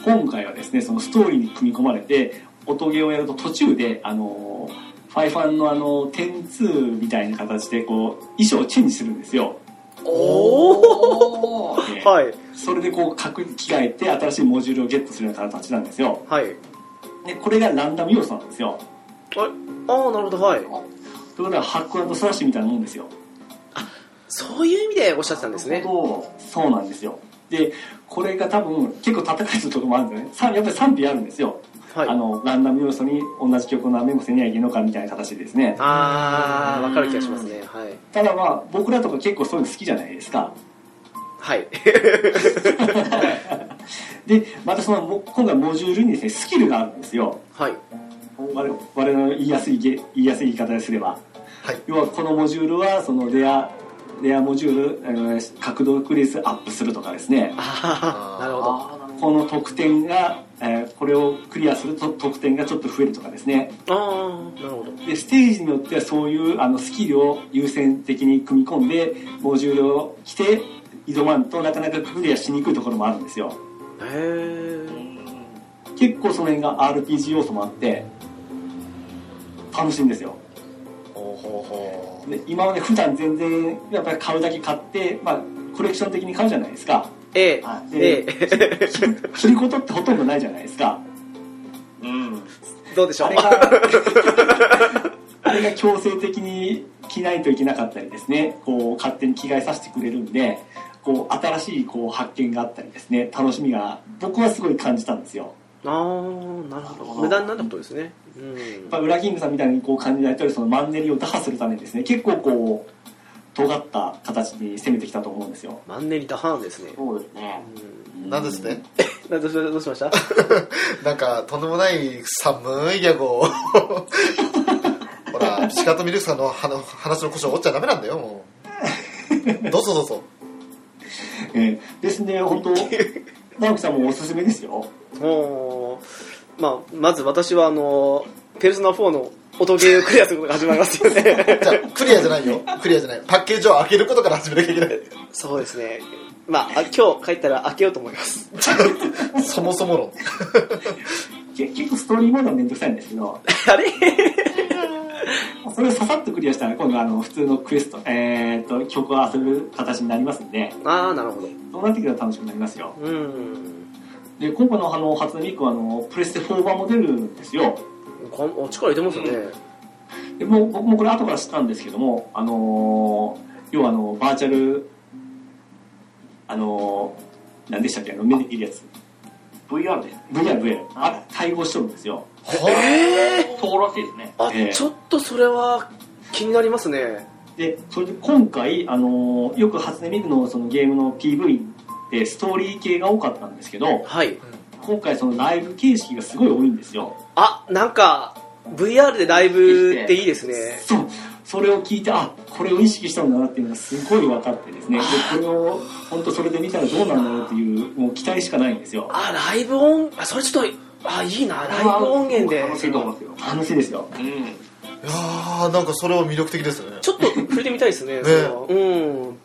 今回はですねそのストーリーに組み込まれて音ゲーをやると途中であのファイファンのあの102みたいな形でこう衣装をチェンジするんですよ、
おお
おー
で
はい
それでこう確着替えて新しいモジュールをゲットするような形なんですよ
はい
でこれがランダム要素なんですよ
あれああなるほどはい
ということはハックスラッシュみたいなもんですよ
そういう意味でおっしゃってたんですね
どう
そうなんですよでこれが多分結構戦いするところもあるんですよねさやっぱり賛否あるんですよ、
はい
あのランダム要素に同じ曲を何遍もせにゃいけんのかみたいな形でですね
ああわかる気がしますねはい
ただまあ僕らとか結構そういうの好きじゃないですか
はい
でまたそのも今回モジュールにですねスキルがあるんですよ
はい
我々我々の言いやすいげ言いやすい言い方ですれば、
はい
要はこのモジュールはそのレアレアモジュール、えー角度クリスアップするとかですね
ああなるほど
あーなる
こ
ほど
の得点が、えーこれをクリアすると得点がちょっと増えるとかですね
ああなるほど
でステージによってはそういうあのスキルを優先的に組み込んでモジュールを着て挑まんとなかなかクリアしにくいところもあるんですよ
へえ
結構その辺が RPG 要素もあって楽しいんですよ
ほうほうほう
で今まで普段全然やっぱり買うだけ買って、まあ、コレクション的に買うじゃないですか
A
は
A
着ることってほとんどないじゃないですか
どうでしょ
あ
う [laughs]
れがあれが強制的に着ないといけなかったりですね、こう勝手に着替えさせてくれるんで、こう新しいこう発見があったりですね、楽しみが僕はすごい感じたんですよ。
あーなるほど無駄になったことですねうん
やっぱウラキングさんみたいにこう感じられたりそのマンネリを打破するためにですね結構こう尖った形に攻めてきたと思うんですよ
マンネリ打破ですね、
そうですね
う。ん
なんですね
などうしどうしました
なんかとんでもない寒いギャグをほらシカトミルクさんの話の話の腰を折っちゃダメなんだよもうどうぞどうぞ
えーですね本当直樹さんもおすすめですよ
[laughs] もう、まあ、まず私はあのペルソナ4の音ゲーをクリアすることが始まりますよ [laughs] ね
じゃあクリアじゃないよクリアじゃないパッケージを開けることから始めなきゃいけな
そうですねまああ今日帰ったら開けようと思います
いそもそも論
け結構ストーリーモードはめんどくさいんですけど
[laughs] あれ
それをささっとクリアしたら今度はあの普通のクエストえー、と曲を遊ぶ形になりますんで
[laughs] ああなるほど
そうなってくると楽しくなりますよ
うん
で今回のあの初音ミクはあのプレステ4版も出るんですよ
こんお力入れてますよね、
でもう僕もこれ後から知ったんですけども、あのー要はあのバーチャル、あのー、何でしたっけ、あの目で見るやつ、
VR で。
VR、VR、あ対応しとるんですよ。
ほ
え
そうらしいですね。
あ、
ええ
ちょっとそれは気になりますね
で、それで今回、あのーよく初音ミクのそのゲームの PV ってストーリー系が多かったんですけど、
はい
今回そのライブ形式がすごい多いんですよ。
あなんか VR でライブっていいですね
そうそれを聞いてあこれを意識したんだなっていうのがすごい分かってですねでこれを本当それで見たらどうなんだろうっていうもう期待しかないんですよ
あライブ音あそれちょっとあいいなライブ音源で
楽しいと思いますよ。
楽しいですよ
うん。
いやーなんかそれは魅力的ですね
ちょっと触れてみたいですね、それは。うん。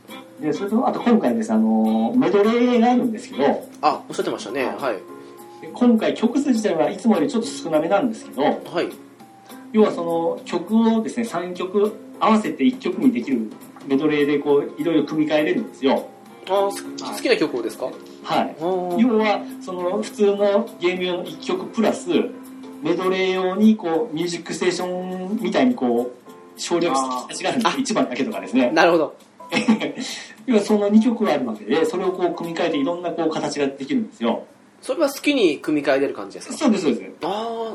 でそれとあと今回ですあのメドレーがあるんですけど
あ、おっしゃってましたね。はい。
で今回曲数自体はいつもよりちょっと少なめなんですけど
はい。
要はその曲をですね3曲合わせて1曲にできるメドレーでこういろいろ組み替えれるんですよ
あー、好好きな曲をですかあ
はい
ー
要はその普通のゲーム用の1曲プラスメドレー用にこうミュージックステーションみたいにこう省略した形があるんです1番だけとかですね
なるほど。
要はその2曲があるわけでそれをこう組み替えていろんなこう形ができるんですよ
それは好きに組み替えれる感じですか
そうですそうです
あ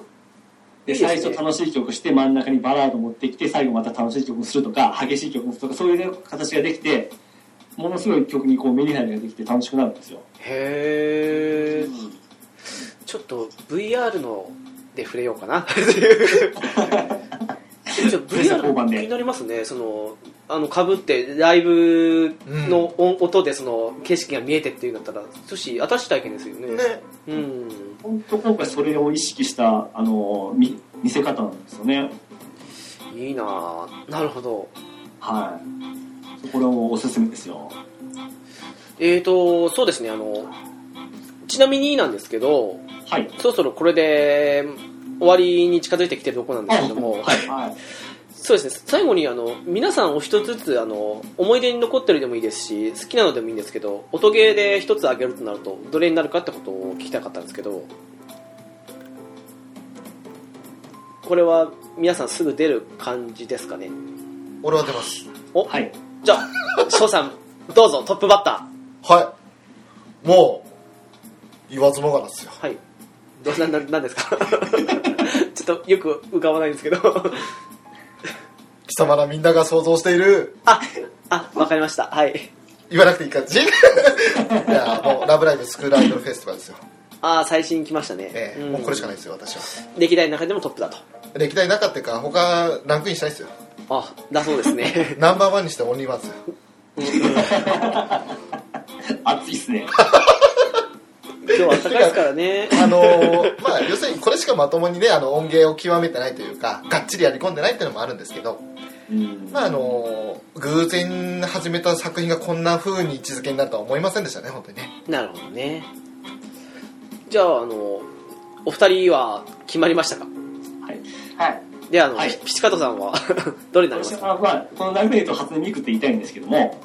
で
いいですね
最初楽しい曲して真ん中にバラード持ってきて最後また楽しい曲にするとか激しい曲にするとかそういう形ができてものすごい曲にこうメリハリができて楽しくなるんですよ
ー、へ
う
ー。
ん
ちょっと VR ので触れようかな。っ
[laughs]
ていうちょっと VR
交番
気
で
になりますね。その、あの、被ってライブの音音でその景色が見えてっていうんだったら、少し新しい体験ですよね。
ね
うん。
本当今回それを意識したあの見見せ方なんですよね
いいなぁ。なるほど。
はい。これもおすすめですよ。
えーと、そうですね、あの、ちなみになんですけど、
はい。
そろそろこれで終わりに近づいてきてるところなんですけども、
はい。
はい。
そうですね、最後にあの、皆さんお一つずつ、あの、思い出に残ってるでもいいですし、好きなのでもいいんですけど、音ゲーで一つあげるとなると、どれになるかってことを聞きたかったんですけど、これは皆さんすぐ出る感じですかね。
俺は出ます
はい。
じゃあ、翔さん、どうぞ、トップバッタ
はいもう言わずもがなですよ
ー。はい。どうな、な、なんですか [laughs] ちょっとよく浮かばないんですけど。
貴様らみんなが想像している
[laughs] あ、あ、わかりました。はい。
言わなくていい感じ [laughs] いやもう「ラブライブスクールアイドルフェスティバル」ですよ、
あー、最新来ましたね。
ええ
ん
もうこれしかないですよ私は
歴代の中でもトップだと。
歴代なかったか他ランクインしないですよ
あ、だそうですね。
ナンバーワンにしてオンリーワンですよ
熱いっすね。
[laughs] 今日は高いですからね。
あのー [laughs] まあ要するにこれしかまともにねあの音芸を極めてないというかがっちりやり込んでないっていうのもあるんですけど、
うん
まああのー偶然始めた作品がこんな風に位置づけになるとは思いませんでしたね本当にね
なるほどね。じゃあ、あの、お二人は決まりましたか
はい。
はい。
で、あの、
はい
ピチカトさんは [laughs] どれになりま
私
すか
は、まあ、このライブレイと初音ミクって言いたいんですけども、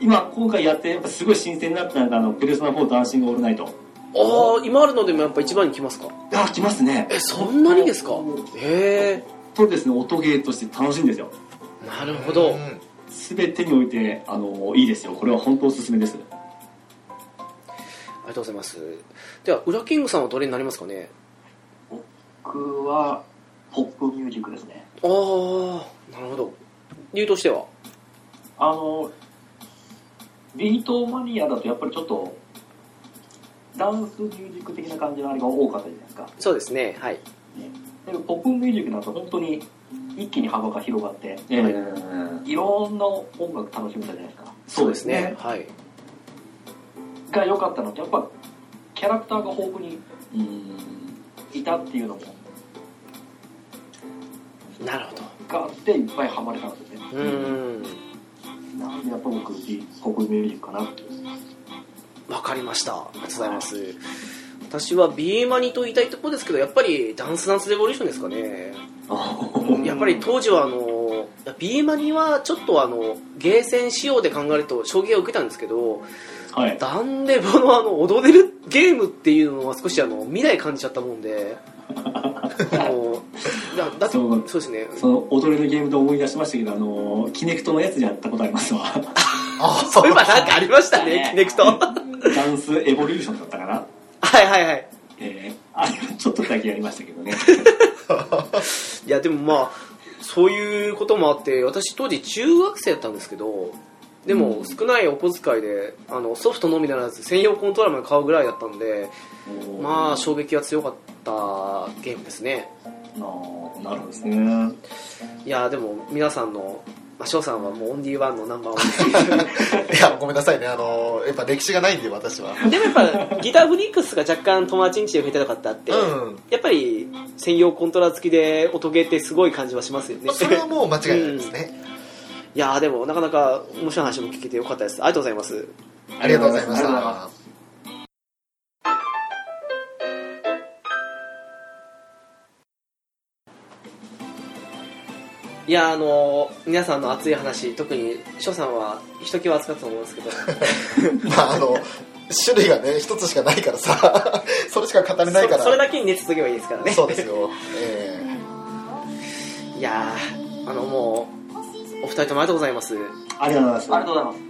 今、今回やって、やっぱすごい新鮮になったのが、あの、ペルソナ4ダンシングオールナイト。
ああ、今あるのでもやっぱ一番に来ますか
あ、来ますね。
え、そんなにですかへえ。
とですね、音ゲーとして楽しいんですよ。
なるほど、
うん
すべてにおいて、あの、いいですよ。これは本当おすすめです。
ありがとうございますではウラキングさんはどれになりますかね
僕は、ポップミュージックですね。
ああなるほど理由としては
あの、ビートマニアだとやっぱりちょっと、ダンスミュージック的な感じのあれが多かったじゃないですか。
そうですねはい
でもポップミュージックだと本当に一気に幅が広がって、
ええ
いろんな音楽楽しめたじゃないですか。
そうですね。
はい
が良かったのって、やっぱキャラクターが豊富に
うん。
いたっていうのも、
なるほ
があっていっぱいハマれたんですよね。
どうーん
なんでやっぱ僕、ポップミュージックかなっていう。
わかりましたありがとうございます私は B マニと言いたいところですけどやっぱりダンスダンスレボリューションですかね
うん
やっぱり当時はあのいや B マニはちょっとあのゲーセン仕様で考えると衝撃を受けたんですけど
はい。
ダンレボのあの踊れるゲームっていうのは少しあの未来感じちゃったもんであのだだって
そ
そううですね
その、踊りのゲームで思い出しましたけど、あの、キネクトのやつでやったことありますわ。
あ
そういえばなんかありましたね
ね
キネクトは
ダンスエボリューションだったかな。
いはいはい
ええあれはちょっとだけやりましたけどね。
いやでもまあそういうこともあって私当時中学生だったんですけどでも少ないお小遣いであのソフトのみならず専用コントローラーまで買うぐらいだったんでまあ衝撃が強かったゲームですね
あーなるほどですね。
いやでも皆さんのまあ翔さんはもうオンリーワンのナンバーワンです
いやごめんなさいねあのやっぱ歴史がないんで私は
でもやっぱギターフリックスが若干友達ん家で吹いてたかったって、
うん
やっぱり専用コントローラー付きで音ゲーってすごい感じはしますよね
まあ [laughs] それはもう間違いないですね、
いやーでもなかなか面白い話も聞けてよかったですありがとうございます
ありがとうございまし
ありがとうございま
た
いやーあのー皆さんの熱い話特に翔さんはひときわ熱かったと思うんですけど
[laughs] まああの種類がね一つしかないからさ [laughs] それしか語れないか
そ
ら
それだけに熱つけばいいですからね
そうですよ、え
いやーあのもうお二人ともありがとうございます
ありがとうござい
あ
ま
りがとうございます。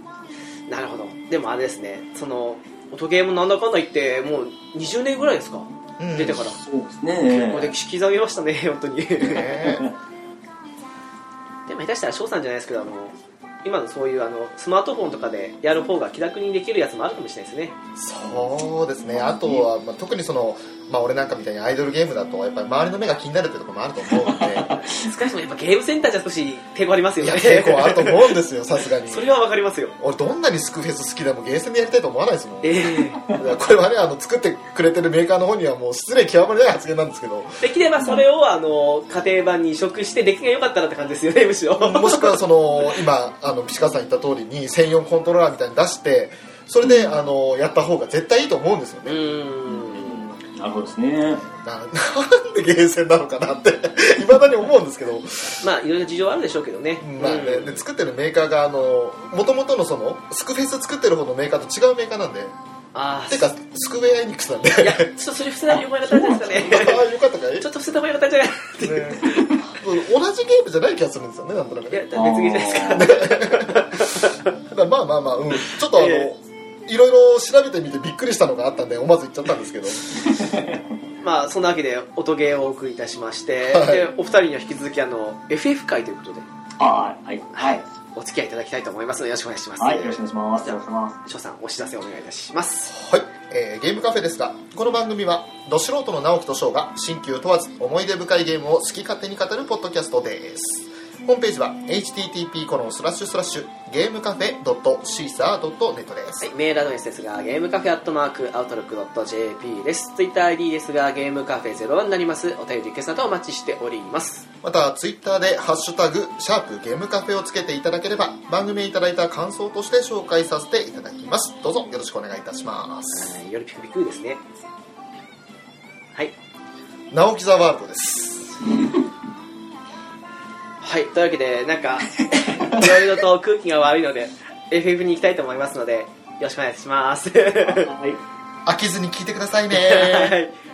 なるほどでもあれですねその音ゲーもなんだかんだ言ってもう20年ぐらいですか
えうん
出てから、
す。そうですね
もう歴史刻みましたね本当にで
ね
も下手したら翔さんじゃないですけどあの今のそういうあのスマートフォンとかでやる方が気楽にできるやつもあるかもしれないですね
そうですねあとは、まあ、特にその、まあ、俺なんかみたいにアイドルゲームだとやっぱり周りの目が気になるってところもあると思う
[laughs]
んで
少なくともやっぱゲームセンターじゃ少し抵抗ありますよ
い
ね
や結構あると思うんですよさすがに
それはわかりますよ
俺どんなにスクフェス好きでもゲーセンでやりたいと思わないですもんい
ええ
やこれはねあの作ってくれてるメーカーの方にはもう失礼極まりない発言なんですけど
できればそれをあの家庭版に移植して出来が良かったらって感じですよねむしろ
[laughs] もしくはその今あの岸川さん言った通りに専用コントローラーみたいに出してそれであのやった方が絶対いいと思うんですよ
う
ね
ーん
なるほどですね。
な [laughs] なんでゲーセンなのかなっていまだに思うんですけど
まあいろいろ事情はあるでしょうけどね
まあね、
うん
で作ってるメーカーがあの元々のそのスクフェス作ってる方のメーカーと違うメーカーなんで
ああ
てかスクウェアエニックスなんで [laughs]
いやちょっとそれ伏せない方がよかったんじゃないですかね
ああよかったか
[laughs]
い
ちょっと伏せた方がよかったんじゃない
ね同じゲームじゃない気がするんですよねなんとなく
いや
ね
別にじゃないですか
だからまあまあまあ、うん、ちょっとあの、
え
いろいろ調べてみてびっくりしたのがあったんで思わず言っちゃったんですけど
まあそんなわけで音ゲーをお送りいたしまして、
はい
でお二人には引き続きあの FF 会ということで
あーはい。
はい。
お付き合いいただきたいと思いますのでよろしくお願いします
はい、よろしくお願いしま
お疲
す
れ。様です。
翔さんお知らせお願いいたします
はい、えーゲームカフェですがこの番組はど素人の直樹と翔が新旧問わず思い出深いゲームを好き勝手に語るポッドキャストですホームページは http コロンスラッシュスラッシュゲームカフェ .caesar.net です、
はい、メールアドレスですが、ゲームカフェアットマーク、アウトロックドット JP です。ツイッター ID ですが、ゲームカフェ01になります。お便り消さとお待ちしております。
またツイッターで「ハッシュタグシャープゲームカフェ」をつけていただければ番組へいただいた感想として紹介させていただきますどうぞよろしくお願いいたします
はいよりピクピクですね。はい。
直樹ザワールドです
はい、というわけで、なんか、いろいろと空気が悪いので、FF に行きたいと思いますので、よろしくお願いします。は
はい。
[laughs]
飽きずに聞いてくださいね
い。